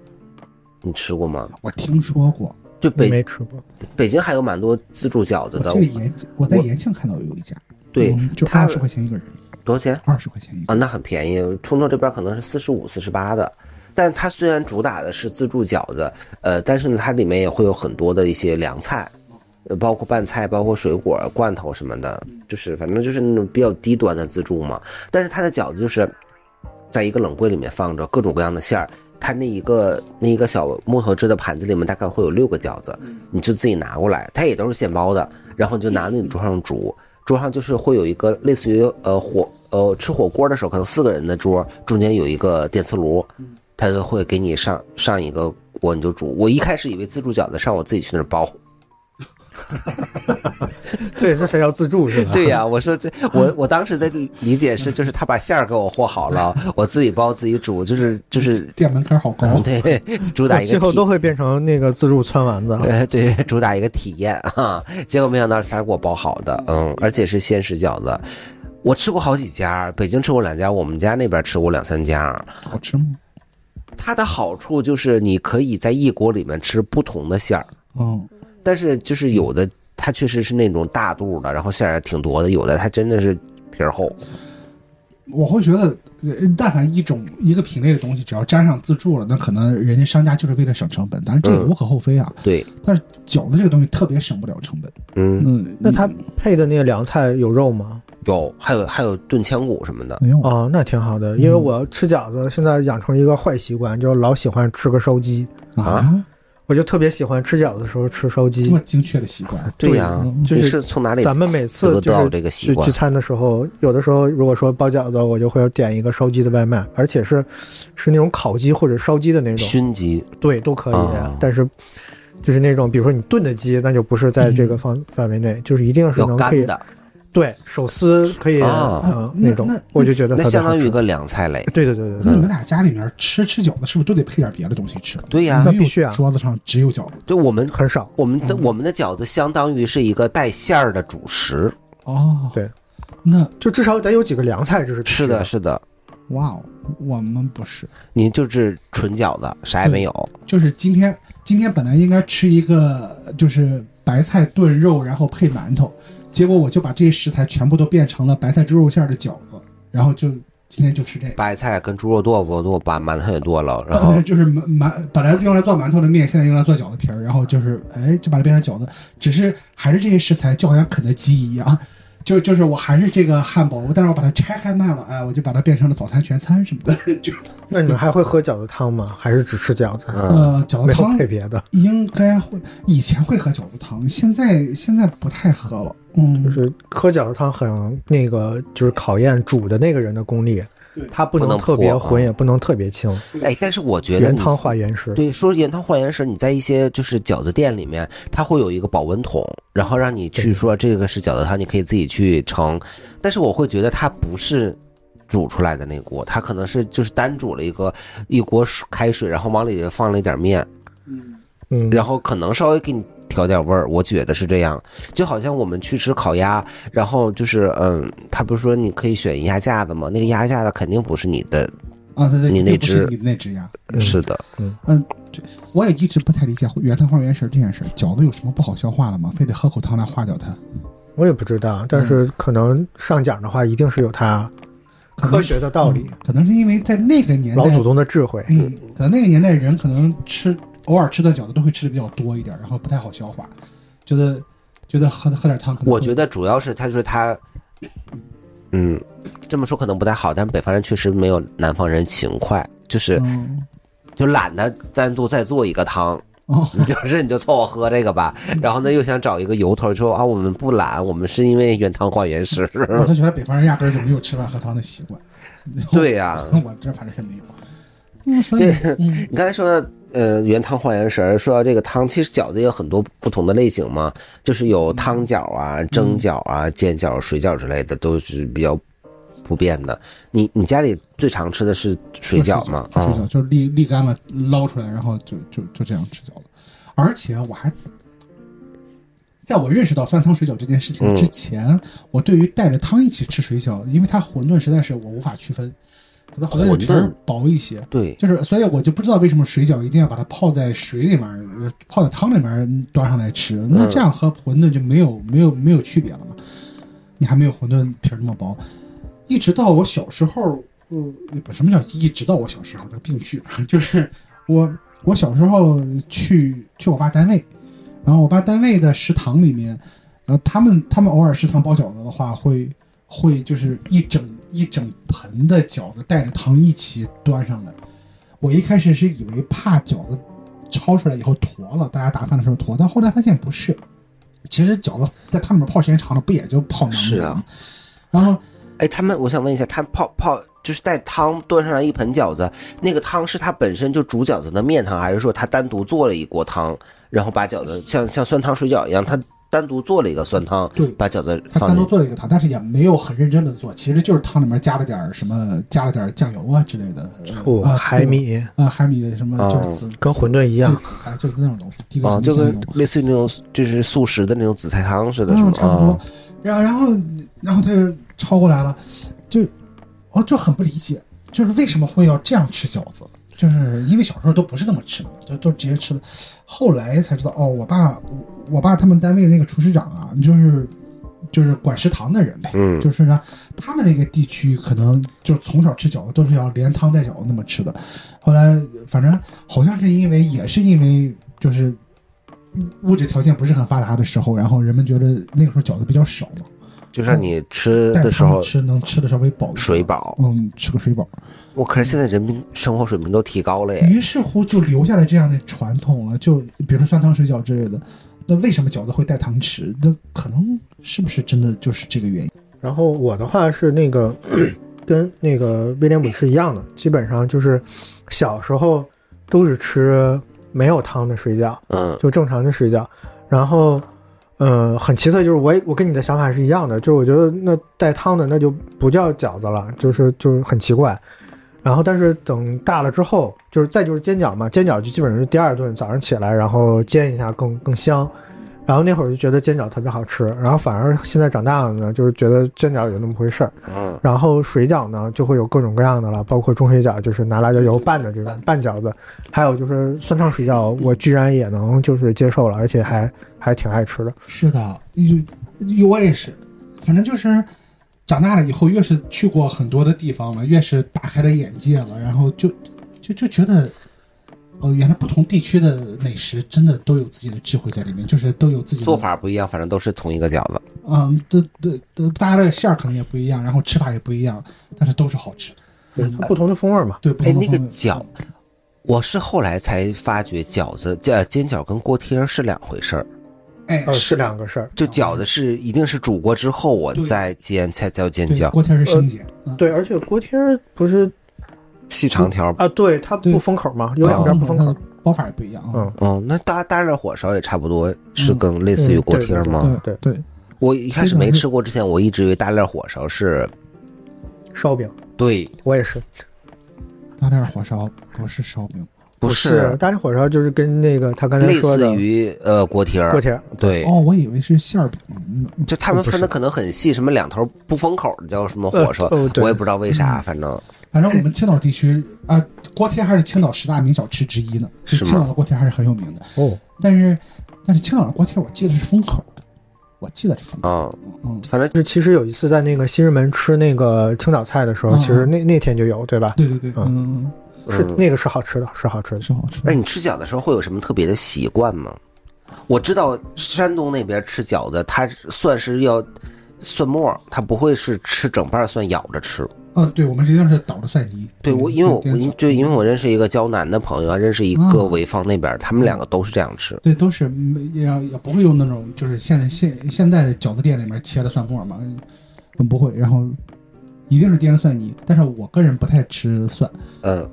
你吃过吗？我听说过，就没北吃过。 北京还有蛮多自助饺子我的这，个延我在延庆看到有一家，对嗯，就它二十块钱一个人，多少钱？二十块钱一个。啊，那很便宜。冲冲这边可能是四十五、四十八的，但它虽然主打的是自助饺子，呃，但是呢，它里面也会有很多的一些凉菜，呃，包括拌菜、包括水果、罐头什么的，就是反正就是那种比较低端的自助嘛。但是它的饺子就是在一个冷柜里面放着各种各样的馅儿。它那一个那一个小木头制的盘子里面大概会有六个饺子，你就自己拿过来，它也都是现包的，然后你就拿到你桌上煮，桌上就是会有一个类似于呃火呃吃火锅的时候，可能四个人的桌中间有一个电磁炉，它就会给你上上一个锅你就煮。我一开始以为自助饺子上我自己去那儿包， 对，这谁要自助是吧？对呀、我说这我我当时的理解是，就是他把馅儿给我和好了，我自己包自己煮，就是就是店门槛好高， 嗯对，主 打一个最后体都会变成那个自助川丸子。呃，对，主打一个体验啊。结果没想到是他给我包好的，嗯，而且是鲜食饺子。我吃过好几家，北京吃过两家，我们家那边吃过两三家。好吃吗？它的好处就是你可以在一锅里面吃不同的馅儿，哦，但是就是有的它确实是那种大肚的，然后馅儿也挺多的，有的它真的是皮儿厚。我会觉得，呃但凡一种一个品类的东西，只要沾上自助了，那可能人家商家就是为了省成本，咱这个嗯无可厚非啊。对，但是饺子这个东西特别省不了成本，嗯，嗯，那它配的那个凉菜有肉吗？有，还有还有炖千骨什么的。没有啊，哦，那挺好的，因嗯为我吃饺子现在养成一个坏习惯，就是老喜欢吃个烧鸡。啊我就特别喜欢吃饺子的时候吃烧鸡这么，精确的习惯，对呀、嗯就你是是从哪里咱们每次得就到是这个习聚惯聚？餐的时候，有的时候如果说包饺子，我就会点一个烧鸡的外卖，而且是是那种烤鸡或者烧鸡的那种，熏鸡对，都可以。哦但是就是那种，比如说你炖的鸡，那就不是在这个范范围内，就是一定嗯是要能可干以的，对手撕可以哦呃那那种那，我就觉得那特别相好当于吃一个嗯凉菜类。对对对对那对，你们俩家里面吃吃饺子，是不是都得配点别的东西吃？对呀、那没有必须啊桌子上只有饺子对我们很少。我们的我们的饺子相当于是一个带馅儿的主食。哦对，那就至少得有几个凉菜，这是必须是的，。是的，哇哦，我们不是，你就是纯饺子，啥也没有。就是今天今天本来应该吃一个就是白菜炖肉，然后配馒头，结果我就把这些食材全部都变成了白菜猪肉馅儿的饺子，然后就今天就吃这个。白菜跟猪肉剁不剁，把馒头也剁了，然后嗯呃 就是馒馒本来用来做馒头的面，现在用来做饺子皮儿，然后就是哎，就把它变成饺子。只是还是这些食材，就好像肯德基一样，就就是我还是这个汉堡，但是我把它拆开卖了，哎，我就把它变成了早餐全餐什么嗯的。就那你们还会喝饺子汤吗？还是只吃饺子？嗯呃，饺没子有汤配别的，应该会，以前会喝饺子汤，现在现在不太喝了。就嗯，是喝饺子汤很那个，就是考验煮的那个人的功力对，它不不能能特别破浑，也不能特别清，哎，但是我觉得原你汤化原食。对说原汤化原食，你在一些就是饺子店里面，它会有一个保温桶，然后让你去说这个是饺子汤，你可以自己去盛。但是我会觉得它不是。煮出来的那锅，它可能是就是单煮了一个一锅水开水，然后往里放了一点面，嗯，然后可能稍微给你调点味儿，我觉得是这样。就好像我们去吃烤鸭，然后就是嗯，他不是说你可以选鸭架子吗？那个鸭架子肯定不是你的，啊，对对，你一那定不只是你那只鸭，是的，嗯，这我也一直不太理解原汤化原食这件事儿，饺子有什么不好消化了吗？非得喝口汤来化掉它？我也不知道，但是嗯可能上奖的话，一定是有它可能科学的道理，可能是因为在那个年代，老祖宗的智慧。嗯，可能那个年代人可能吃偶尔吃的饺子都会吃的比较多一点，然后不太好消化，觉得觉得喝喝点汤可能会我觉得主要是他说他，嗯，这么说可能不太好，但是北方人确实没有南方人勤快，就是嗯就懒得单独再做一个汤，哦，你就是 你就凑合喝这个吧。然后呢，又想找一个由头说啊，我们不懒，我们是因为原汤化原食。 我就觉得北方人压根儿就没有吃饭喝汤的习惯。对呀、 我这反正是没有。嗯，所以嗯你刚才说到呃原汤化原食儿，说到这个汤，其实饺子也有很多不同的类型嘛，就是有汤饺啊、嗯蒸饺啊、煎饺、水饺之类的，都是比较普遍的。你你家里最常吃的是水饺吗？就水啊、饺就是沥沥干了捞出来，然后就就就这样吃饺子。而且我还在我认识到酸汤水饺这件事嗯情之前，我对于带着汤一起吃水饺，因为它馄饨实在是我无法区分，可能馄饨皮馄儿饨薄一些，对，就是，所以我就不知道为什么水饺一定要把它泡在水里面，呃泡在汤里面端上来吃。那这样和馄饨就没有没有没有区别了嘛？你还没有馄饨皮儿那么薄。一直到我小时候，嗯，不什么叫一直到我小时候？这病句啊就是我我小时候去去我爸单位，然后我爸单位的食堂里面，然后他们他们偶尔食堂包饺子的话，会会就是一整一整盆的饺子带着汤一起端上来。我一开始是以为怕饺子焯出来以后坨了，大家打饭的时候坨，但后来发现不是。其实饺子在汤里面泡时间长了，不也就泡那么是啊久吗。然后哎，他们我想问一下，他泡泡就是带汤端上来一盆饺子，那个汤是他本身就煮饺子的面汤，还是说他单独做了一锅汤，然后把饺子像像酸汤水饺一样，他单独做了一个酸汤对，把饺子他放单进独去？做了一个汤，但是也没有很认真的做，其实就是汤里面加了点儿什么，加了点儿酱油啊之类的，醋、啊海米啊海米什么哦就是紫跟馄饨一一样，哦就是那种东西，滴个啊，就酱油跟类似于那种就是素食的那种紫菜汤似的，是啊嗯，吗？差不多。然后然后然后他就抄过来了，就我就很不理解，就是为什么会要这样吃饺子？就是因为小时候都不是那么吃的嘛，都都直接吃的。后来才知道，哦，我爸我我爸他们单位那个厨师长啊，就是就是管食堂的人呗，嗯就是让他们那个地区可能就是从小吃饺子都是要连汤带饺子那么吃的。后来反正好像是因为也是因为就是物质条件不是很发达的时候，然后人们觉得那个时候饺子比较少嘛，就让你吃带的时汤候吃能吃的稍微饱一点水，饱。嗯，吃个水饱。我可是现在人民生活水平都提高了耶，于是乎就留下了这样的传统了，就比如说酸汤水饺之类的。那为什么饺子会带汤吃？那可能是不是真的就是这个原因？然后我的话是那个跟那个威廉姆是一样的，基本上就是小时候都是吃没有汤的水饺，嗯，就正常的水饺。然后，呃，很奇特就是我也我跟你的想法是一样的，就是我觉得那带汤的那就不叫饺子了，就是就是很奇怪。然后，但是等大了之后，就是再就是煎饺嘛，煎饺就基本上是第二顿早上起来，然后煎一下更更香。然后那会儿就觉得煎饺特别好吃，然后反而现在长大了呢，就是觉得煎饺也那么回事儿。嗯，然后水饺呢，就会有各种各样的了，包括中水饺，就是拿辣椒油拌的这种拌饺子，还有就是酸汤水饺，我居然也能就是接受了，而且还还挺爱吃的。是的，有我也是，反正就是长大了以后，越是去过很多的地方了，越是打开了眼界了，然后就就就觉得，哦、原来不同地区的美食真的都有自己的智慧在里面，就是都有自己的做，法不一样，反正都是同一个饺子。嗯，对对对，大家的馅儿可能也不一样，然后吃法也不一样，但是都是好吃的。嗯就是不同的风味嘛，对，不哎，同的那个风味饺，我是后来才发觉饺子、呃煎饺跟锅贴是两回事儿。哎呃，是两个事儿。就饺子是一定是煮过之后我对再煎才叫煎对饺，锅贴是生煎，嗯，呃对，而且锅贴儿不是细长条。啊，对，它对不封口嘛，有两边不嗯封它口的。包法也不一样啊。嗯，哦，那大大热火烧也差不多是跟类似于嗯锅贴吗？嗯对对对，我一开始没吃过之前，我一直以为大热火烧是烧饼对，我也是，大点火烧不是烧饼不是，大连火烧就是跟那个他刚才类说似的于呃锅贴儿锅贴儿，对，哦，我以为是馅儿饼呢。嗯就他们分的可能很细，什么两头不封口的叫什么火烧，呃哦对我也不知道为啥，反正反正我们青岛地区啊、锅贴还是青岛十大名小吃之一呢。就是吗青岛的锅贴还是很有名的，哦，但是但是青岛的锅贴我记得是封口的，我记得这份。啊、嗯，反正就是其实有一次在那个西直门吃那个青岛菜的时候，嗯其实那那天就有，对吧？对对对，嗯嗯，是嗯那个是好吃的，是好吃的。是好吃。哎那你吃饺子的时候会有什么特别的习惯吗？我知道山东那边吃饺子，它算是要蒜末，它不会是吃整瓣蒜咬着吃。啊，对，我们实际上是捣着蒜泥。嗯对我，因为我颠颠我就因为我认识一个胶南的朋友啊，认识一个啊潍坊那边，他们嗯两个都是这样吃。对，都是没也也不会用那种，就是现在现现在的饺子店里面切的蒜末嘛，嗯，不会。然后一定是颠着蒜泥，但是我个人不太吃蒜，嗯，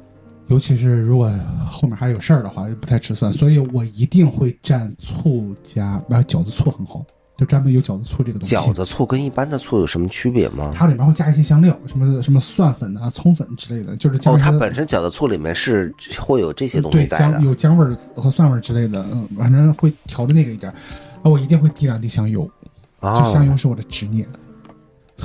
尤其是如果后面还有事儿的话，就不太吃蒜，所以我一定会蘸醋加，然后饺子醋很好，就专门有饺子醋这个东西。饺子醋跟一般的醋有什么区别吗？它里面会加一些香料，什么什么蒜粉啊、葱粉之类的，就是加哦，一些、它本身饺子醋里面是会有这些东西嗯对在的姜。有姜味儿和蒜味儿之类的，嗯，反正会调的那个一点儿。啊，我一定会滴两滴香油，啊就，香油是我的执念。哦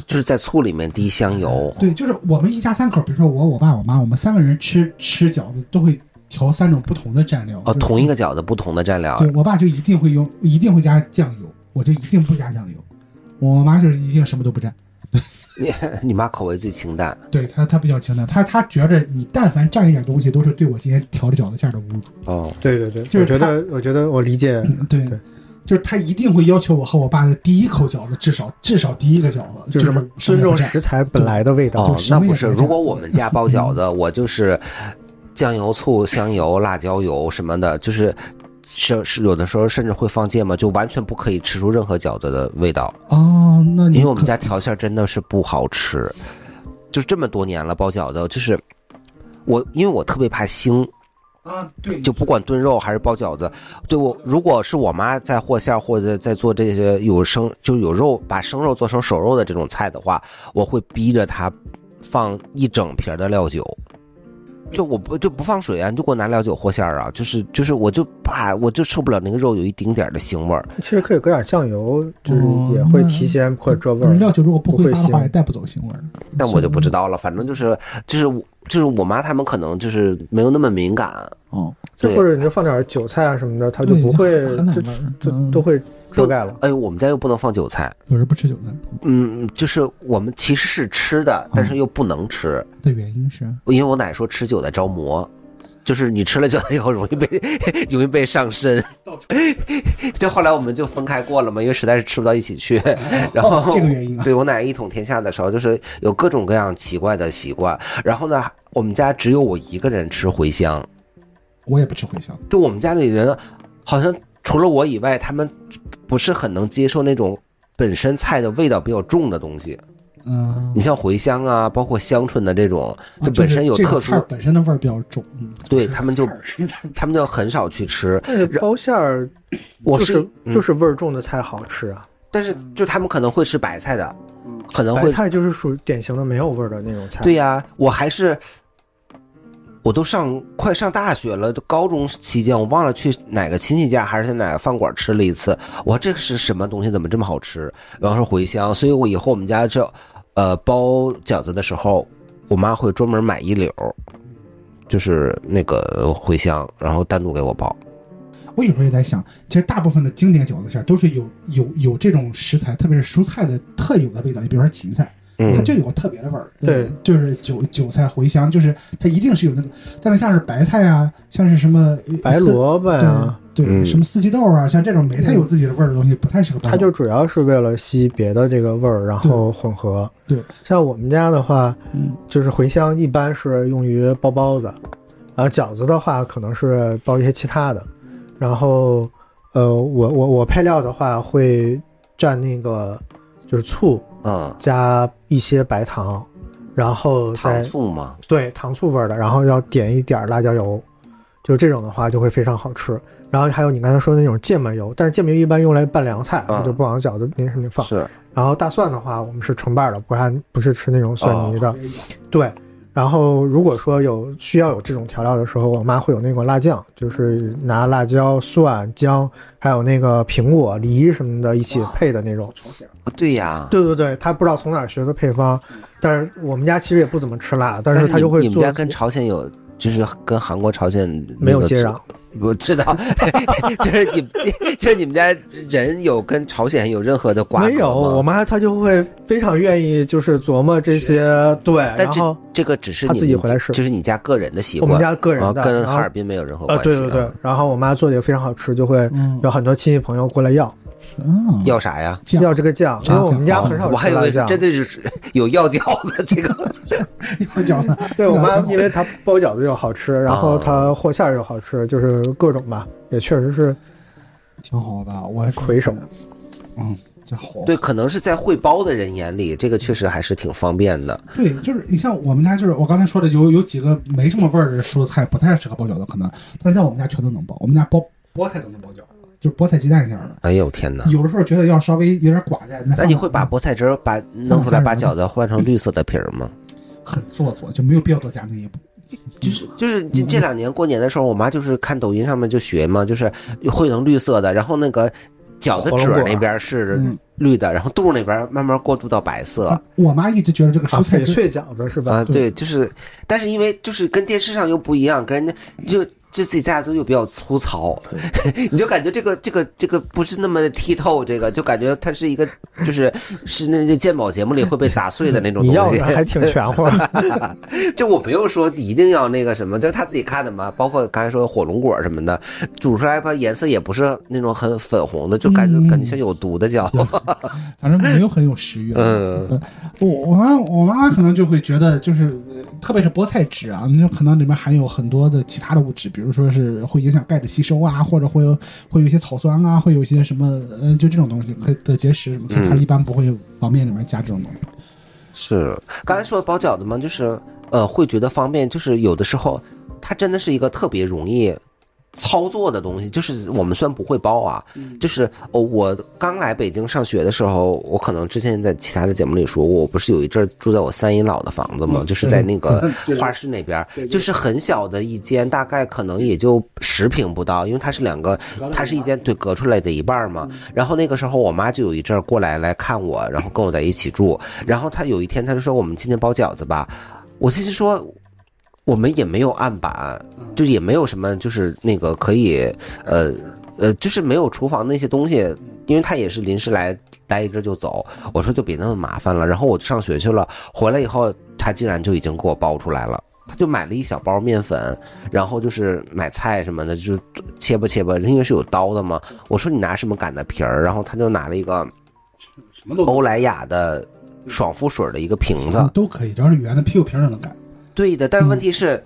就是在醋里面滴香油。对，就是我们一家三口，比如说我、我爸、我妈，我们三个人吃吃饺子都会调三种不同的蘸料。哦，就是同一个饺子不同的蘸啊料。对我爸就一定会用，一定会加酱油，我就一定不加酱油。我妈就是一定什么都不蘸，你你妈口味最清淡。对她她比较清淡，她她觉着你但凡蘸一点东西，都是对我今天调的饺子馅儿的侮辱。哦，对对对，就是我觉得，我觉得我理解，对嗯对就是她一定会要求我和我爸的第一口饺子，至少至少第一个饺子就就是是什么尊也重不蘸食材本来的味道。哦对，那什么也不不是。蘸如果我们家包饺子，我就是酱油、醋、香油、辣椒油什么的，就是是是有的时候甚至会放芥末，就完全不可以吃出任何饺子的味道。哦，那你因为我们可家调馅儿真的是不好吃，就这么多年了包饺子，就是我因为我特别怕腥，啊，对，就不管炖肉还是包饺子，对我如果是我妈在和馅儿或者在做这些有生就有肉把生肉做成熟肉的这种菜的话，我会逼着她放一整瓶儿的料酒。就我不就不放水啊，你就给我拿料酒和馅儿啊，就是就是我就怕我就受不了那个肉有一丁点儿的腥味儿，其实可以搁点酱油，就是哦也会那提鲜或者遮味嗯儿。料酒如果不不会挥发的话，腥也带不走腥味儿。但我就不知道了，反正就是就是我就是我妈他们可能就是没有那么敏感，哦，就对或者你就放点韭菜啊什么的，它对就不会很难就味儿就嗯都会遮盖了。哎呦，我们家又不能放韭菜，有人不吃韭菜嗯，就是我们其实是吃的，但是又不能吃，的原因是，因为我奶说吃韭菜招魔，就是你吃了韭菜以后容易被 容易被上身。 这后来我们就分开过了嘛，因为实在是吃不到一起 去。然后、哦这个原因啊对我奶一统天下的时候，就是有各种各样奇怪的习惯。然后呢，我们家只有我一个人吃茴香，我也不吃茴香。就我们家里人好像除了我以外，他们不是很能接受那种。本身菜的味道比较重的东西，嗯你，像茴香啊，包括香椿的这种，啊本身有这个特这殊个菜，儿本身的味儿比较重，嗯，对他们就他们就很少去吃。但是包馅儿我、就是是嗯就是味儿重的菜好吃啊，但是就他们可能会吃白菜的，可能白会菜就是属于典型的没有味儿的那种菜。对呀、我还是我都上快上大学了，高中期间我忘了去哪个亲戚家还是在哪个饭馆吃了一次，我这是什么东西，怎么这么好吃？然后是茴香，所以我以后我们家这呃包饺子的时候，我妈会专门买一绺儿。就是那个茴香，然后单独给我包。我有时候也在想，其实大部分的经典饺子馅儿都是有有有这种食材，特别是蔬菜的特有的味道。你比如说芹菜，它嗯，就有特别的味儿，对呃就是韭韭菜、茴香，就是它一定是有那个。但是像是白菜啊，像是什么呃白四萝卜啊呀，对对、嗯什么四季豆啊，像这种没太有自己的味儿的东西，不太适合包它就主要是为了吸别的这个味儿，然后混合。对，像我们家的话，嗯就是茴香一般是用于包包子，然后饺子的话可能是包一些其他的，然后呃，我我我配料的话会蘸那个就是醋嗯，加一些白糖，然后糖再醋嘛，对糖醋味儿的，然后要点一点儿辣椒油，就这种的话就会非常好吃。然后还有你刚才说的那种芥末油，但是芥末油一般用来拌凉菜，嗯我就不往饺子那上面放。是然后大蒜的话，我们是成瓣儿的，不按不是吃那种哦蒜泥的。对，然后如果说有需要有这种调料的时候，我妈会有那个辣酱，就是拿辣椒、蒜、姜，还有那个苹果、梨什么的一起配的那种。啊对呀，对对对，她不知道从哪儿学的配方，但是我们家其实也不怎么吃辣，但但是她你就会你们做家。跟朝鲜有就是跟韩国、朝鲜没有那个接组壤，我知道， 就是你们，就是你们家人有跟朝鲜有任何的瓜葛吗没有，我妈她就会非常愿意，就是琢磨这些，对，但然这后这个只是她你自己们回来试就是你家个人的习我惯，们家个人啊的，跟然后哈尔滨没有任何呃，关系。对对对啊，，然后我妈做的也非常好吃，就会嗯有很多亲戚朋友过来要啊，要啥呀？酱要这个酱，因炸为我们家酱很少哦我还吃以辣为酱，真的是有药饺子这个。要饺子，对我妈，因为她包饺子又好 吃，然后她和馅儿又好吃，就是各种吧，也确实是挺好的，我魁首。 嗯，这好。对，可能是在会包的人眼里，这个确实还是挺方便的。对，就是你像我们家，就是我刚才说的，有有几个没什么味儿的蔬菜不太适合包饺子，可能，但是在我们家全都能包，我们家包菠菜都能包饺子，就是菠菜鸡蛋馅儿的。哎呦天哪！有的时候觉得要稍微有点寡淡，那放你会把菠菜汁儿把弄出来，嗯把饺子换成绿色的皮儿吗？很做作，就没有必要多加那一步。就是就是这这两年过年的时候，我妈就是看抖音上面就学嘛，就是会成绿色的，然后那个饺子褶儿那边是嗯绿的，然后肚儿那边慢慢过渡到白色。啊我妈一直觉得这个啊，蔬菜翡汁翠饺子是吧？啊，对，就是，但是因为就是跟电视上又不一样，跟人家就就自己家族又比较粗糙， 你就感觉这个这个这个不是那么剔透，这个就感觉它是一个就是是那那鉴宝节目里会被砸碎的那种你要东西的。还挺全乎，啊 就我没有说一定要那个什么，就是他自己看的嘛。包括刚才说火龙果什么的，煮出来吧颜色也不是那种很粉红的，就感觉、嗯感觉像有毒的饺子。反正没有很有食欲。嗯呃，我我妈我妈可能就会觉得，就是呃特别是菠菜汁啊，那就可能里面含有很多的其他的物质，比如说是会影响钙的吸收啊，或者会有会有一些草酸啊，会有一些什么呃，就这种东西会的结石什么，所嗯以她一般不会往面里面加这种东西。是，刚才说包饺子嘛，就是呃，会觉得方便，就是有的时候它真的是一个特别容易操作的东西。就是我们虽然不会包啊，就是哦，我刚来北京上学的时候，我可能之前在其他的节目里说过，我不是有一阵儿住在我三姨姥的房子嘛，就是在那 个花市那边儿，就是很小的一间，大概可能也就十平不到，因为它是两个，它是一嗯间对隔出来的一半儿嘛。然后那个时候我妈就有一阵儿过来来看我，然后跟我在一起住。然后她有一天她就说我们今天包饺子吧，我其实说我们也没有案板，就也没有什么就是那个可以呃呃，就是没有厨房那些东西，因为她也是临时来待一阵就走。我说就别那么麻烦了，然后我就上学去了。回来以后，她竟然就已经给我包出来了。她就买了一小包面粉，然后就是买菜什么的，就切吧切吧，因为是有刀的嘛。我说你拿什么擀的皮儿？然后他就拿了一个什么都欧莱雅的爽肤水的一个瓶子，啊都可以，只要是圆的，屁股平儿就能干。对的。但是问题是，嗯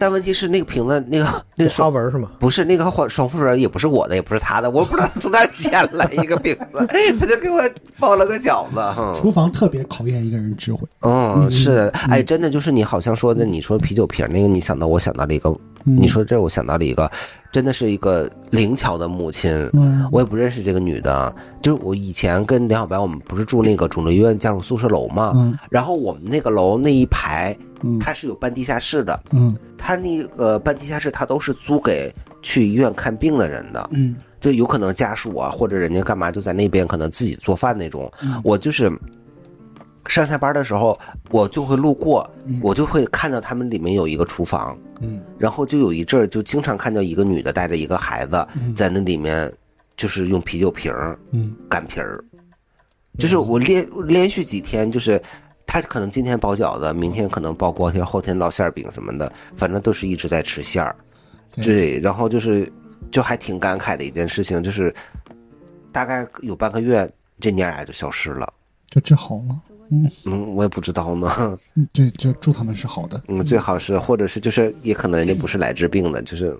但问题是那个瓶子那个 那个花爽纹是吗？不是那个爽爽肤水也不是我的，也不是他的， 我不知道从哪儿捡来一个瓶子， 他就给我包了个饺子。嗯厨房特别考验一个人智慧。嗯，嗯是的，哎，真的就是你好像说的，你说啤酒瓶儿那个，你想到我想到了一个，嗯你说这我想到了一个，真的是一个灵巧的母亲。嗯，我也不认识这个女的，就是我以前跟梁小白，我们不是住那个肿瘤医院家属宿舍楼嘛，嗯然后我们那个楼那一排嗯它是有半地下室的，嗯它那个半地下室它都是租给去医院看病的人的，嗯就有可能家属啊，或者人家干嘛就在那边可能自己做饭那种。我就是上下班的时候，我就会路过，我就会看到他们里面有一个厨房，嗯然后就有一阵儿就经常看到一个女的带着一个孩子嗯在那里面，就是用啤酒瓶儿嗯擀皮儿，就是我连连续几天就是。他可能今天包饺子，明天可能包锅贴，后天烙馅儿饼什么的，反正都是一直在吃馅儿。对对，然后就是就还挺感慨的一件事情，就是大概有半个月，这娘俩就消失了。就治好了。嗯，嗯，我也不知道呢。嗯这就祝他们是好的。嗯，最好是，或者是就是，也可能人家不是来治病的，就是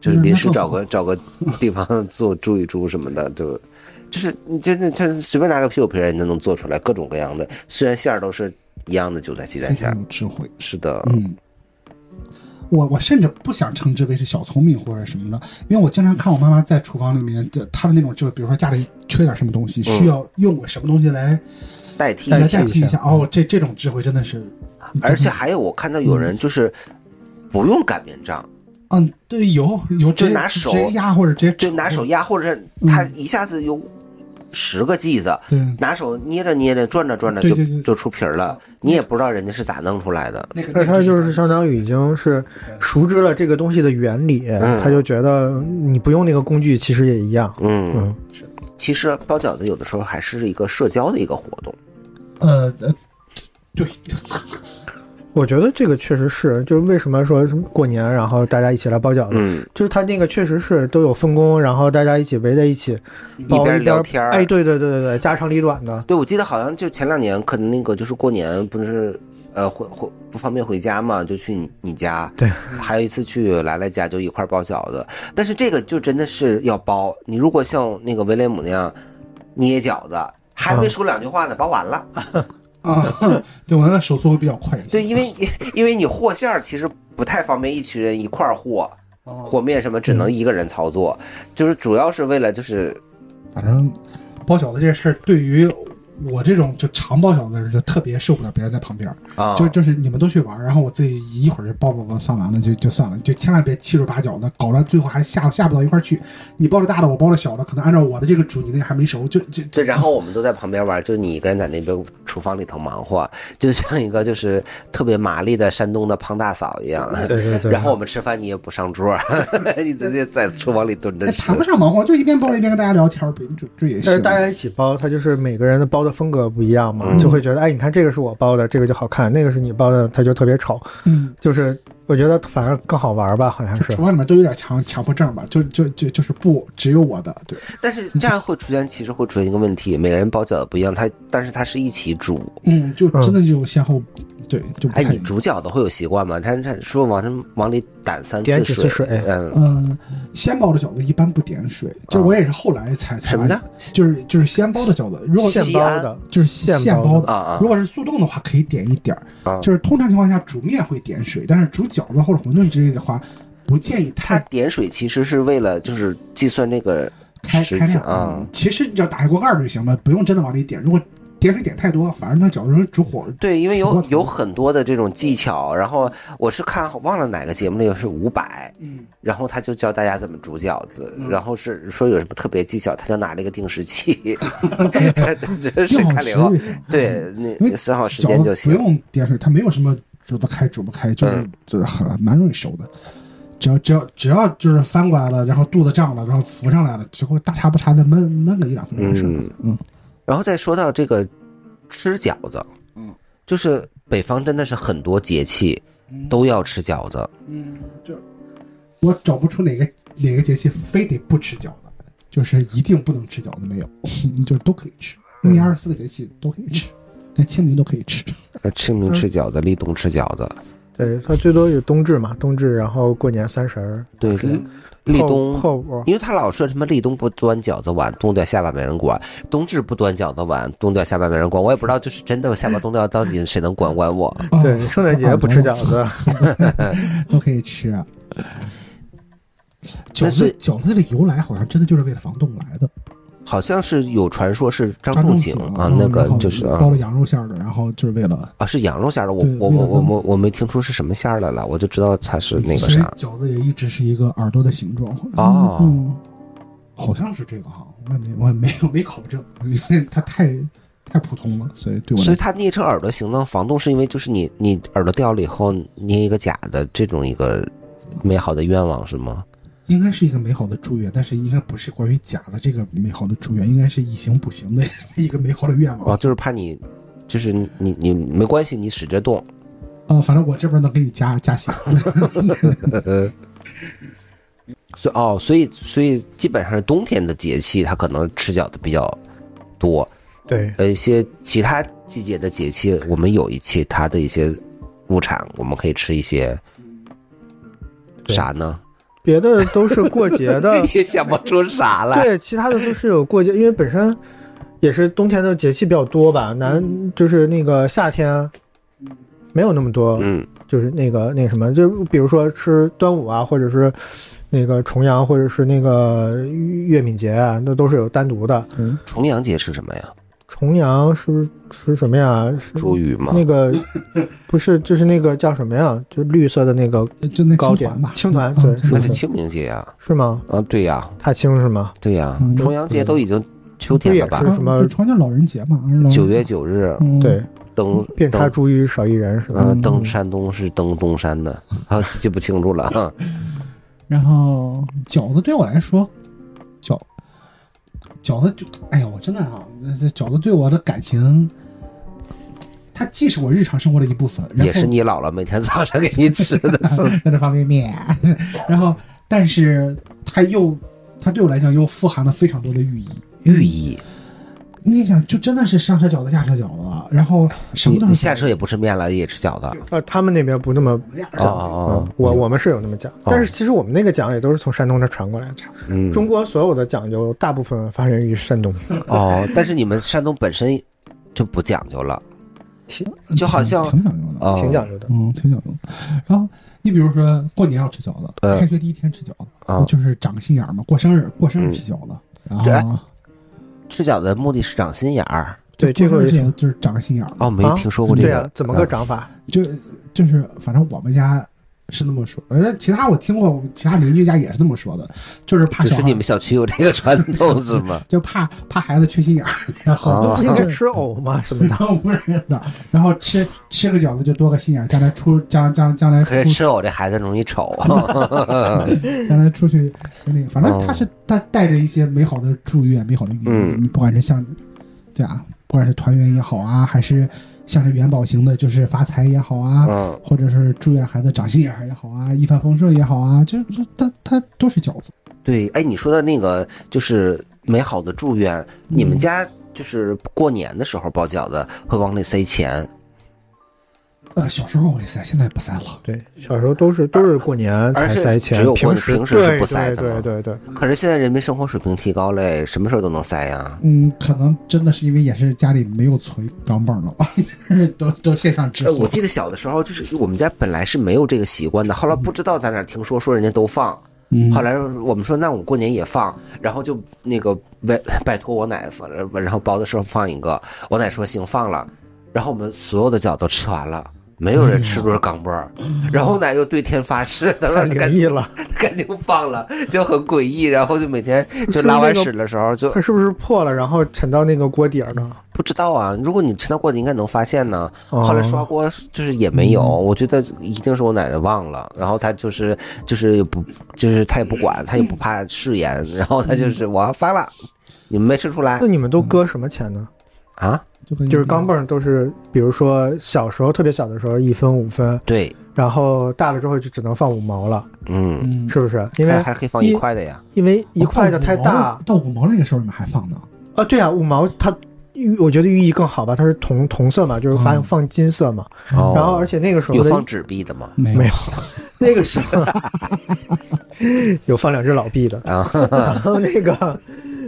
就是临时找个找个地方做住一住什么的，就就是你真的他随便拿个啤酒瓶儿，人家能做出来各种各样的，虽然馅儿都是一样的韭菜鸡蛋非馅儿常。有智慧。是的，嗯，我我甚至不想称之为是小聪明或者什么的，因为我经常看我妈妈在厨房里面，就她的那种，就比如说家里缺点什么东西，需要用个什么东西来嗯代替来一代下。嗯替一下。哦，这这种智慧真的是，而且还有我看到有人就是不用擀面杖，嗯，对，有有直接就拿手直接压或者直接就拿手压，或者是他一下子有十个剂子，对，拿手捏着捏着，转着转着对就对对就出皮儿了，你也不知道人家是咋弄出来的。那个但是他就是相当于已经是熟知了这个东西的原理，嗯他就觉得你不用那个工具其实也一样。嗯嗯，其实包饺子有的时候还是一个社交的一个活动。呃呃，对，我觉得这个确实是，就是为什么说什么过年然后大家一起来包饺子，嗯，就是他那个确实是都有分工，然后大家一起围在一起，包一边边聊天儿哎，对对对对对，家长里短的，对，我记得好像就前两年，可能那个就是过年不是，呃，回回不方便回家嘛，就去你你家。对， 还有一次去来来家就一块儿包饺子，但是这个就真的是要包。你如果像那个威廉姆那样捏饺子，还没嗯说两句话呢，包完了。啊， 对我那手速会比较快一些。对，因为 因为你和馅儿其实不太方便一群人一块儿和哦和面什么，只能一个人操作，就是主要是为了就是反正包饺子这事儿，对于我这种就常包饺子的人，就特别受不了别人在旁边儿。啊，就就是你们都去玩儿，然后我自己一会儿就包包包算完了就就算了，就千万别七手八脚的，搞到最后还下下不到一块儿去。你包着大的，我包着小的，可能按照我的这个煮，你那个还没熟，就就对，然后我们都在旁边玩，就你一个人在那边厨房里头忙活，就像一个就是特别麻利的山东的胖大嫂一样。对对对。然后我们吃饭你也不上桌， 你直接在厨房里蹲着哎吃谈。不上忙活，就一边包着一边跟大家聊天儿呗，这这也但行是。大家一起包，它就是每个人的包的风格不一样嘛，嗯就会觉得，哎，你看这个是我包的，这个就好看，那个是你包的，它就特别丑。嗯，就是我觉得反而更好玩吧，好像。就是厨房里面都有点强强迫症吧，就就就就是不只有我的，对，但是这样会出现，其实会出现一个问题，每个人包饺子不一样，他但是他是一起煮。嗯，就真的就先后，对，就不哎，太你煮饺子会有习惯吗？他他说往这往里打三点次几次水，水嗯，嗯，先包的饺子一般不点水，就我也是后来才才什么呢？就是就是先包的饺子，如果现包西的安，就是现现包包啊啊的，如果是速冻的话可以点一点儿啊就是通常情况下煮面会点水，但是煮饺子或者馄饨之类的话，不建议他太点水其实是为了就是计算这个开时开间量啊。其实你只要打开锅盖儿就行了，不用真的往里点。如果点水点太多，反而那饺子容易煮火。对，因为手有握头有很多的这种技巧，然后我是看忘了哪个节目里是五百，嗯，然后他就教大家怎么煮饺子，然后是说有什么特别技巧，他就拿了一个定时器， 这是正好看时了以后就，行。对，因那为三好时间饺就子行不。用点水，它没有什么煮不开、煮不开，就是嗯就是很蛮容易熟的。只要只要只要就是翻过来了，然后肚子胀了，然后浮上来了，最后大差不差的焖焖个一两分钟的事儿。嗯嗯，然后再说到这个吃饺子，嗯，就是北方真的是很多节气都要吃饺子，嗯，就我找不出哪个哪个节气非得不吃饺子，就是一定不能吃饺子，没有， 就是都可以吃，嗯一年二十四个节气都可以吃， 连清明都可以吃。呃清明吃饺子，立冬吃饺子，对，它最多有冬至嘛，冬至，然后过年三十儿，对，立立冬后后因为他老说什么立冬不端饺子碗，冬掉下巴没人管；冬至不端饺子碗，冬掉下巴没人管。我也不知道，就是真的下巴冬掉，到底谁能管管我？对，圣诞节不吃饺子， 都可以吃、啊。饺所以子饺子的由来好像真的就是为了防冻来的。好像是有传说是张张仲景啊嗯，那个然后就是啊包了羊肉馅儿的，然后就是为了啊是羊肉馅儿的，我对我为我了我弄我我没听出是什么馅儿来了，我就知道它是那个所以啥。饺子也一直是一个耳朵的形状。哦嗯，好像是这个哈，我也没我也没 有没考证，因为它太太普通了，所以对我所来以它捏成耳朵形状防冻，是因为就是你你耳朵掉了以后捏一个假的，这种一个美好的愿望是吗？应该是一个美好的祝愿，但是应该不是关于假的这个美好的祝愿，应该是以形补形的 一个美好的愿望。哦，就是怕你，就是你你你没关系，你使着动，啊，反正我这边能给你加 加薪。所以哦，所以所以基本上是冬天的节气，它可能吃饺子比较多。对，呃，一些其他季节的节气，我们有一其他的一些物产，我们可以吃一些对啥呢？ 别的都是过节的，也想不出啥来。对，其他的都是有过节，因为本身也是冬天的节气比较多吧，南嗯就是那个夏天没有那么多，嗯，就是那个那个什么，就比如说吃端午啊，或者是那个重阳，或者是那个月饼节啊，那都是有单独的。重阳节是什么呀？重阳是是什么呀？是茱萸吗？那个不是，就是那个叫什么呀？就绿色的那个 就那糕青点团吧，青团嗯对青是那不是是清明节呀、是吗？啊。对呀、踏青是吗？对呀、嗯重阳节都已经秋不天也了吧是？什么就重庆老人节嘛，啊老九月九日嗯对，登遍插登茱萸少一人是吧？呃嗯登山东是登东山的，啊记不清楚了啊。然后饺子对我来说，饺饺子就，哎呀，我真的啊，这饺子对我的感情，它既是我日常生活的一部分，然后也是你姥姥每天早上给你吃的， 在这方便面， 然后但是它又，它对我来讲又富含了非常多的寓意。寓意。你想，就真的是上车饺子，下车饺子，啊然后什么你都你是下车也不吃面了，也吃饺子。啊，他们那边不那么哦讲，哦嗯我我们是有那么讲，但是其实我们那个讲也都是从山东那传过来的。嗯，中国所有的讲究大部分发源于山东，哦，但是你们山东本身就不讲究了，挺就好像挺讲究的，哦，挺讲究的。嗯，挺讲究的。然后你比如说过年要吃饺子，呃开学第一天吃饺子，啊嗯就是长心眼儿嘛。过生日，过生日吃饺子，这然后吃饺子的目的是长心眼儿。对，过这生日个也吃饺挺子就是长心眼儿嘛，哦，没啊听说过这对个，嗯啊，怎么个长法？就就是反正我们家是那么说，反正其他我听过，我们其他邻居家也是那么说的，就是怕只小是你孩们。小区有这个传统是 吗？就怕怕孩子缺心眼儿， 然后啊那个吃藕嘛什么然 的，后不是的，然后吃吃个饺子就多个心眼儿，将来出将将将来出可是吃藕这孩子容易 丑，将来出去那个，反正他是他带着一些美好的祝愿、美好的寓意，哦嗯你不管是像，对啊，不管是团圆也好啊，还是像是元宝型的，就是发财也好啊，嗯，或者是祝愿孩子长心眼儿也好啊，一帆风顺也好啊，就就他他都是饺子。对，哎，你说的那个就是美好的祝愿，你们家就是过年的时候包饺子会往里塞钱，呃，小时候我也塞，现在不塞了。对，小时候都是都是过年才塞而且钱只有，过平时平时是对不塞的嘛对对对对，可是现在人民生活水平提高了，什么时候都能塞呀。嗯，可能真的是因为也是家里没有存钢镚儿了吧， 都都线上支呃，付我。记得小的时候，就是我们家本来是没有这个习惯的，后来不知道在哪儿听说说人家都放，嗯后来我们说那我过年也放，然后就那个拜拜托我奶放，然后包的时候放一个，我奶说行放了，然后我们所有的饺子都吃完了。没有人吃多钢镚儿，然后我奶又对天发誓， 她说太你灵赶异了。肯定放了，就很诡异。然后就每天就拉完屎的时候就它是不是破了，然后沉到那个锅底儿呢？不知道啊。如果你吃到过，你应该能发现呢。哦嗯后来刷锅就是也没有，我觉得一定是我奶奶忘了。然后她就是就是也不就是她也不管，她也不怕誓言，然后她嗯就是我要发了，你们没吃出来那你们都嗯搁什么钱呢？啊？就跟就是钢镚儿都是，比如说小时候特别小的时候一分五分，对，然后大了之后就只能放五毛了，嗯，嗯，是不是？因还为还可以放一块的呀。因为一块的哦太大到五毛那个时候你们还放呢？啊，对啊，五毛它寓我觉得寓意更好吧，它是同同色嘛，就是嗯放放金色嘛，哦嗯然后而且那个时候有的放纸币的吗？没没有，那个时候 有放两只老币的，啊， 然后那个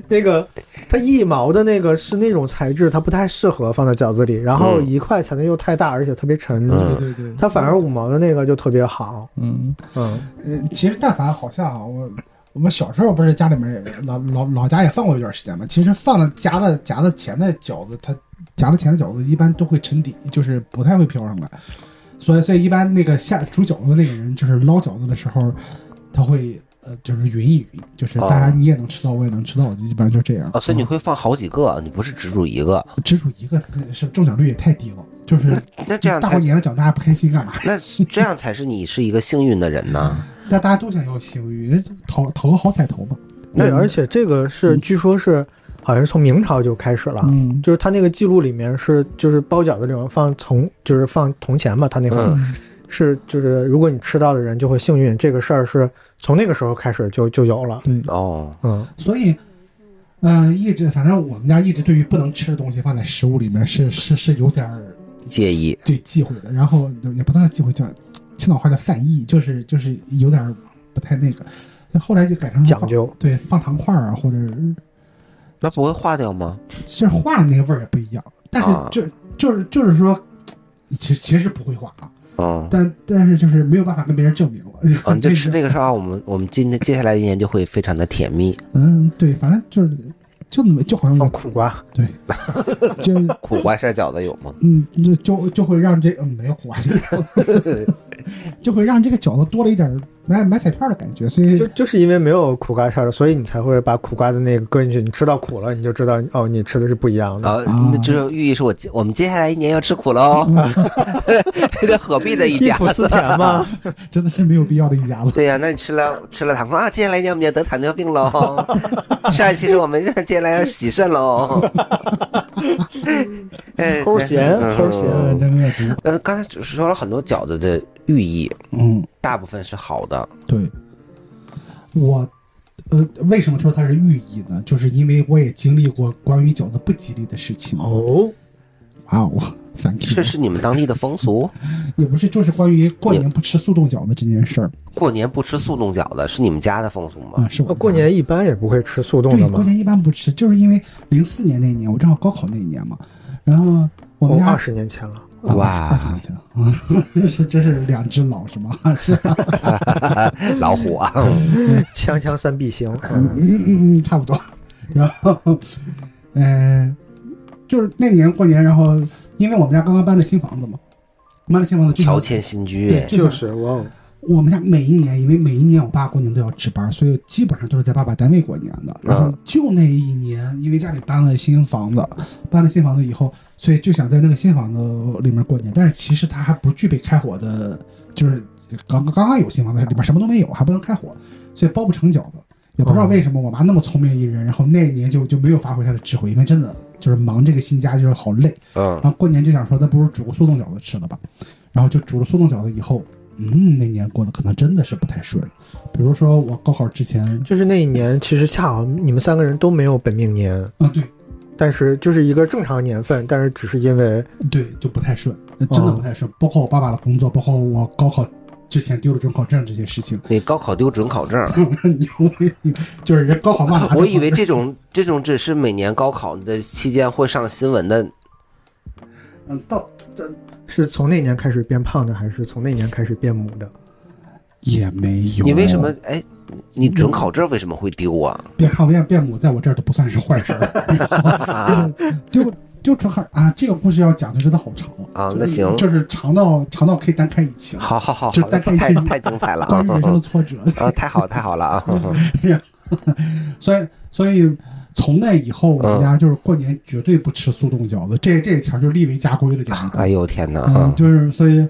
那个它一毛的那个是那种材质，它不太适合放在饺子里，然后嗯一块钱的又太大，而且特别沉，嗯对对它反而五毛的那个就特别好，嗯，嗯，呃，其实但凡好像啊，我我们小时候不是家里面也老老老家也放过一段时间嘛，其实放了夹了夹了钱的饺子，它夹了钱的饺子一般都会沉底，就是不太会飘上来，所以所以一般那个下煮饺子的那个人，就是捞饺子的时候，他会呃就是匀一匀，就是大家哦你也能吃到，我也能吃到，就基本上就这样。哦，所以你会放好几个，你不是只煮一个，只煮一个是中奖率也太低了，就是那这样大过才年的长大家不开心干嘛？那这样才是你是一个幸运的人呢。 那大家都想要幸运，讨讨个好彩头嘛。对，而且这个是嗯据说是好像是从明朝就开始了。嗯，就是它那个记录里面是，就是包饺子里面放铜，就是放铜钱嘛。它那块儿嗯是，就是如果你吃到的人就会幸运，这个事儿是从那个时候开始就就有了。对，哦，嗯，所以，嗯、一直反正我们家一直对于不能吃的东西放在食物里面是是是有点儿介意。对忌讳的，然后也不能叫忌讳，叫青岛话叫犯意，就是就是有点儿不太那个。那后来就改成讲放，究。对，放糖块儿啊，或者那不会化掉吗？其实化的那个味儿也不一样，但是啊就、就是就是说，其实其实不会化啊，嗯，但但是就是没有办法跟别人证明了。啊，你就吃那这个烧，我们我们今天接下来一年就会非常的甜蜜，嗯，对，反正就是就那么就好像放苦瓜，对，就苦瓜馅饺子有吗？嗯 嗯，就就就会让这嗯没有苦瓜这个，就会让这个饺子多了一点儿买买彩票的感觉。所以就就是因为没有苦瓜馅儿的，所以你才会把苦瓜的那个搁进去。你吃到苦了，你就知道哦，你吃的是不一样的。啊，那就是寓意是我接我们接下来一年要吃苦喽， 这何必的一忆 家嗯苦思子？甜嘛，真的是没有必要的一家子。对呀、那你吃了吃了糖果啊，接下来一年我们要得糖尿病喽。 上一期是我们 接下来要洗肾喽。 哎齁咸这齁咸呃，嗯真恶毒。呃，刚才只是说了很多饺子的寓意，嗯，大部分是好的。对，我。呃，为什么说它是寓意呢？就是因为我也经历过关于饺子不吉利的事情。 哦，哇哦，thank 这 you。是你们当地的风俗？ 也不是，就是关于过年不吃速冻饺子这件事儿过年不吃速冻饺子是你们家的风俗啊、吗？是我哦过年一般也不会吃速冻对的过嘛。年一般不吃，就是因为零四年那年我正好高考那一年嘛，然后我们哦，家、二十年前了， 啊哇 20年前 啊，是真是两只老是吗？ 是吧，老虎啊， 锵锵三必行。嗯嗯嗯，差不多。然后，呃，就是那年过年，然后因为我们家刚刚搬了新房子嘛，搬了新房子就想乔迁新居对哎，想就是哇哦，我们家每一年，因为每一年我爸过年都要值班，所以基本上都是在爸爸单位过年的。然后就那一年，因为家里搬了新房子，搬了新房子以后，所以就想在那个新房子里面过年。但是其实它还不具备开火的，就是刚刚刚有新房子，里面什么都没有，还不能开火，所以包不成饺子。也不知道为什么我妈那么聪明一人，然后那一年就就没有发挥她的智慧，因为真的就是忙这个新家就是好累。嗯然，后过年就想说，那不如煮个速冻饺子吃了吧。然后就煮了速冻饺子以后，嗯，那年过得可能真的是不太顺。比如说我高考之前，就是那一年，其实恰好你们三个人都没有本命年，嗯，对但是就是一个正常年份，但是只是因为对，就不太顺，呃真的不太顺。包括我爸爸的工作，包括我高考之前丢了准考证这些事情，你高考丢准考证 了。牛逼！就是人高考忘拿。我以为这种这种只是每年高考的期间会上新闻的，嗯，到这是从那年开始变胖的，还是从那年开始变母的？ 也没有。你为什么？哎，你准考证为什么会丢啊？ 变胖变变母在我这儿都不算是坏事 啊儿，就就纯好啊！这个故事要讲就真的好长啊就是那行就是长到长到可以单开一期了。好好 好，这好的但是太是太精彩了啊 关于！嗯人生的挫折， 啊，太好太好了啊！所以所以从那以后，我嗯们家就是过年绝对不吃速冻饺子，这这一条就立为家规了，简直哎呦天哪嗯啊，！就是所以，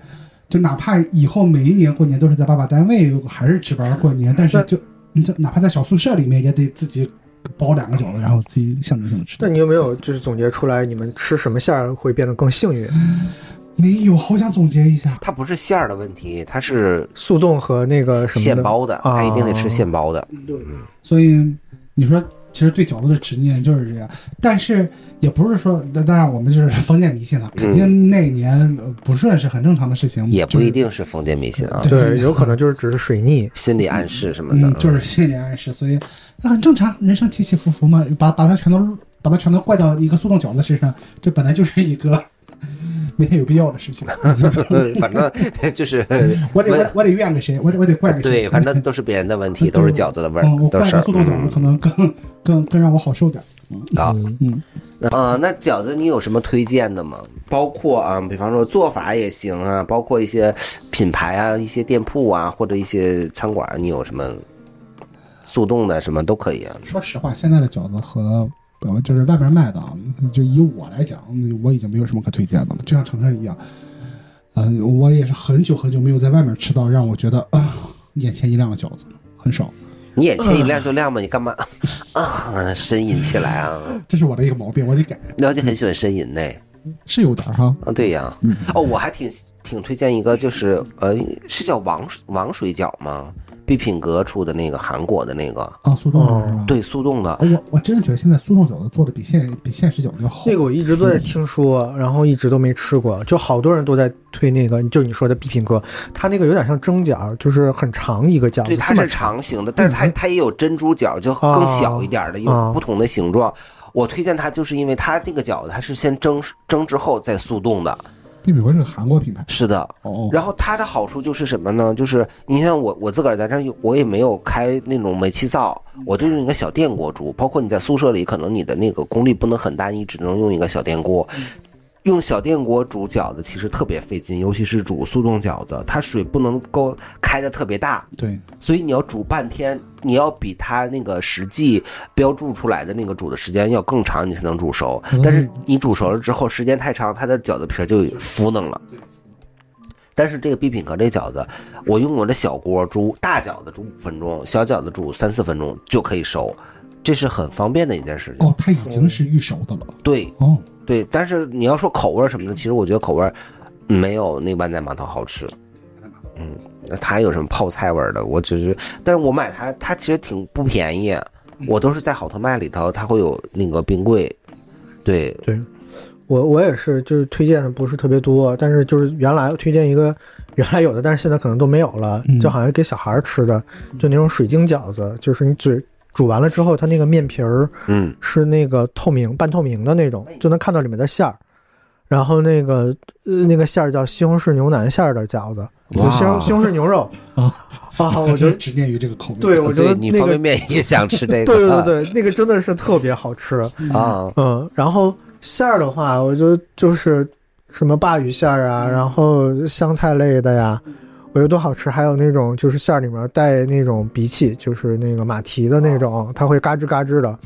就哪怕以后每一年过年都是在爸爸单位还是值班过年，但是就你就哪怕在小宿舍里面也得自己包两个饺子，然后自己象征性的吃那。你有没有就是总结出来，你们吃什么馅儿会变得更幸运？嗯没有，好想总结一下，它不是馅儿的问题，它是速冻和那个什么现包的，它一定得吃现。现啊包的。所以你说，其实对饺子的执念就是这样，但是也不是说，当当然我们就是封建迷信了，肯定那年呃不顺是很正常的事情，嗯也不一就是。定是封建迷信啊，对，有可能就是只是水逆。心理暗示什么嗯，的，就是心理暗示，所以那很正常，人生起起伏伏嘛，把把它全都把它全都怪到一个速冻饺子身上，这本来就是一个 没太有必要的事情。嗯 反正就是我得我得我得怨给谁，我得我得怪给谁。对，反正都是别人的问题，都是饺子的味 嗯，我儿，怪都是事个儿速冻饺子可能更更更让我好受点。啊。嗯，那啊、那饺子你有什么推荐的吗？包括啊，比方说做法也行啊，包括一些品牌啊、一些店铺啊，或者一些餐馆，你有什么速冻的什么都可以啊。说实话，现在的饺子和呃就是外面卖的啊，就以我来讲，我已经没有什么可推荐的了。就像程程一样，呃，我也是很久很久没有在外面吃到让我觉得啊、眼前一亮的饺子，很少。你眼前一亮就亮吧，你干嘛啊？呻吟起来啊！这是我的一个毛病，我得改。廖姐很喜欢呻吟呢。是有点儿哈，啊，对呀。哦，我还挺挺推荐一个，就是呃，是叫王王水饺吗？必品阁出的那个韩国的那个，啊，速冻的哦是吧？对，速冻的。哎，我我真的觉得现在速冻饺子做的比现比现实饺子要好。那个我一直都在听说，然后一直都没吃过，就好多人都在推那个，就你说的必品哥，它那个有点像蒸饺，就是很长一个饺对，子，它啊这么是长形的，但是它它也有珍珠饺，就更小一点的，有啊不同的形状。我推荐它，就是因为它这个饺子它是先蒸蒸之后再速冻的，必比国是个韩国品牌是的。哦，然后它的好处就是什么呢？就是你像我我自个儿在这儿，我也没有开那种煤气灶，我就用一个小电锅煮。包括你在宿舍里，可能你的那个功率不能很大，你只能用一个小电锅。用小电锅煮饺子其实特别费劲，尤其是煮速冻饺子，它水不能够开的特别大，对，所以你要煮半天，你要比它那个实际标注出来的那个煮的时间要更长，你才能煮熟嗯。但是你煮熟了之后，时间太长，它的饺子皮儿就浮弄了。但是这个必品阁这饺子，我用我的小锅煮大饺子煮五分钟，小饺子煮三四分钟就可以熟，这是很方便的一件事情。哦，它已经是预熟的了，对哦，对，但是你要说口味儿什么的，其实我觉得口味儿没有那万载码头好吃。嗯，那它有什么泡菜味儿的？我只是，但是我买它，它其实挺不便宜。啊嗯我都是在好特卖里头，它会有那个冰柜。对，对，我我也是，就是推荐的不是特别多，但是就是原来推荐一个原来有的，但是现在可能都没有了，嗯就好像给小孩儿吃的，嗯就那种水晶饺子，就是你嘴煮完了之后，它那个面皮儿嗯，是那个透明、半透明的那种，就能看到里面的馅儿。然后那个、呃那个馅儿叫西红柿牛腩馅儿的饺子，就西红哇哦西红柿牛肉啊啊，我觉就得是执念于这个口味，对我觉得对你那方个便面也想吃 这个，对对对，那个真的是特别好吃。对啊，嗯，然后馅儿的话，我觉得就是什么鲅鱼馅儿啊，然后香菜类的呀，我觉得都好吃。还有那种就是馅儿里面带那种荸荠，就是那个马蹄的那种，它会嘎吱嘎吱的，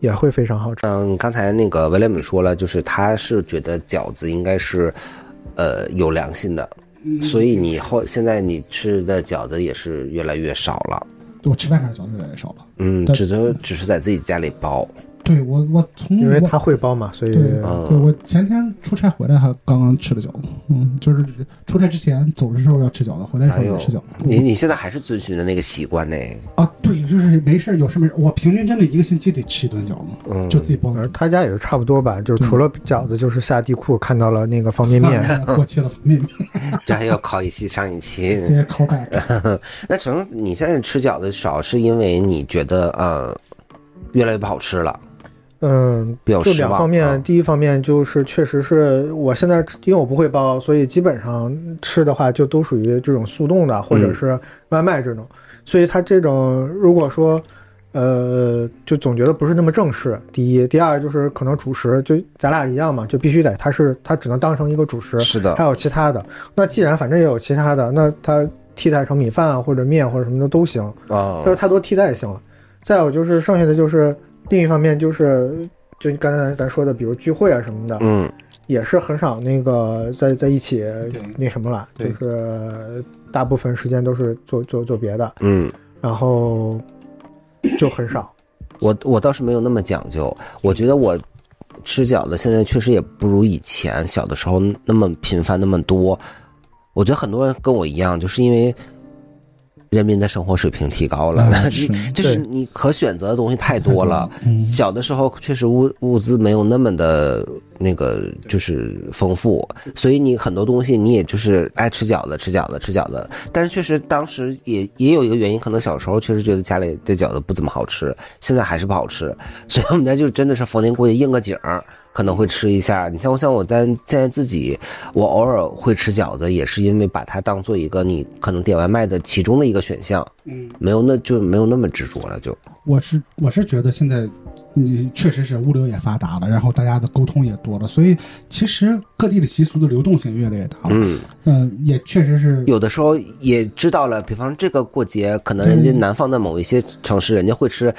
也会非常好吃。嗯，刚才那个威廉姆说了，就是他是觉得饺子应该是，呃，有良心的，嗯所以你后现在你吃的饺子也是越来越少了。我吃外面的饺子越来越少了。嗯，但只能只是在自己家里包。对我，我从因为嗯我它会包嘛，所以对嗯对，我前天出差回来还刚刚吃了饺子，嗯，就是出差之前走的时候要吃饺子，回来的时哎候呦也吃饺子。，你你现在还是遵循着那个习惯呢？啊，对，就是没事儿有事没事儿，我平均真的一个星期得吃一顿饺子，嗯，就自己包。反正他家也是差不多吧，就是除了饺子，就是下地库看到了那个方 便面。啊过期了，面面这还要考一期上一期这。些 call back，那成，你现在吃饺子少，是因为你觉得呃越来越不好吃了？嗯，比较就失两望方面，啊第一方面就是确实是我现在因为我不会包，所以基本上吃的话就都属于这种速冻的嗯或者是外卖这种，所以它这种如果说。呃，就总觉得不是那么正式。第一，第二就是可能主食，就咱俩一样嘛，就必须得它是它只能当成一个主食，是的还有其他的。那既然反正也有其他的，那它替代成米饭啊或者面或者什么的都行。啊就，是太多替代性了。再有就是剩下的就是另一方面就是就刚才咱说的，比如聚会啊什么的，嗯，也是很少那个在在一起那什么了，就对是大部分时间都是做做做别的，嗯。然后就很少。我我倒是没有那么讲究，我觉得我吃饺子现在确实也不如以前小的时候那么频繁那么多。我觉得很多人跟我一样，就是因为人民的生活水平提高了，啊 就是就是你可选择的东西太多了。嗯小的时候确实物物资没有那么的那个就是丰富，所以你很多东西你也就是爱吃饺子，吃饺子，吃饺子。但是确实当时也也有一个原因，可能小时候确实觉得家里的饺子不怎么好吃，现在还是不好吃，所以我们家就真的是逢年过节应个景儿。可能会吃一下，你像我像我在现在自己，我偶尔会吃饺子，也是因为把它当做一个你可能点外卖的其中的一个选项，嗯，没有那就没有那么执着了，就我是我是觉得现在，你确实是物流也发达了，然后大家的沟通也多了，所以其实各地的习俗的流动性越来越大了。嗯。嗯、也确实是有的时候也知道了，比方这个过节，可能人家南方的某一些城市，人家会吃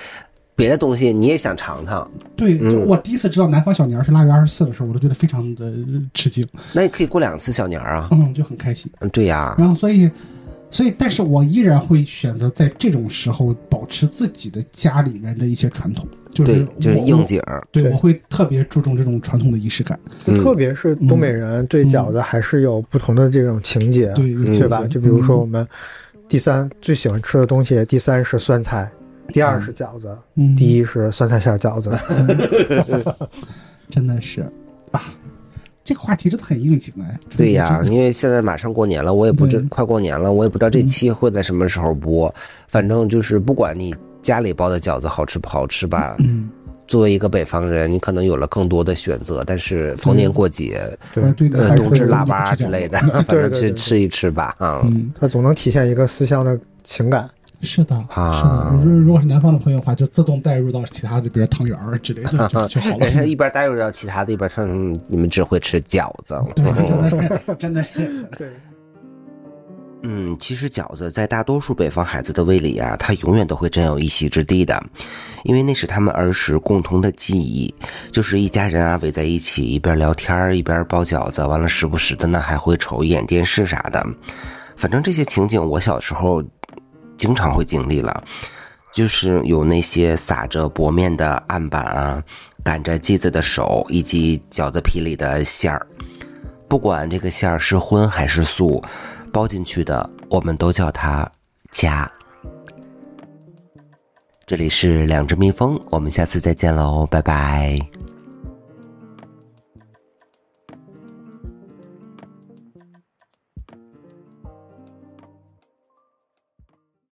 别的东西，你也想尝尝，对，嗯就我第一次知道南方小年儿是腊月二十四的时候，我都觉得非常的吃惊，那也可以过两次小年儿啊。嗯，就很开心。嗯，对呀，然后所以，所以，但是我依然会选择在这种时候保持自己的家里面的一些传统，就是对，就是我应景儿。对，对我会特别注重这种传统的仪式感。就嗯特别是东北人对饺子还是有不同的这种情节，嗯对有对节啊吧？奏就比如说嗯我们第三最喜欢吃的东西，第三是酸菜，第二是饺子，嗯，第一是酸菜馅儿饺子。真的是啊，这个话题真的很应景哎。对呀，真的因为现在马上过年了，我也不知对嗯快过年了，我也不知道这期会在什么时候播。反正就是不管你家里包的饺子好吃不好吃吧，嗯，作为一个北方人，你可能有了更多的选择，但是逢年过节，我对的呃，嗯还是冬至腊不八吃饺之类子的，反 对正对吃对吃一吃吧啊。嗯，它总能体现一个思乡的情感。是的，啊是的。如如果是南方的朋友的话，就自动带入到其他的，比如汤圆儿之类的就就好 了。 一边带入到其他的，一边唱你们只会吃饺子。对，真的是，真的是。对，嗯，其实饺子在大多数北方孩子的胃里啊，它永远都会占有一席之地的，因为那是他们儿时共同的记忆，就是一家人啊围在一起，一边聊天儿一边包饺子，完了时不时的呢还会瞅一眼电视啥的，反正这些情景我小时候经常会经历了。就是有那些撒着薄面的案板啊，擀着剂子的手，以及饺子皮里的馅儿，不管这个馅儿是荤还是素，包进去的我们都叫它家。这里是两只蜜蜂，我们下次再见喽，拜拜。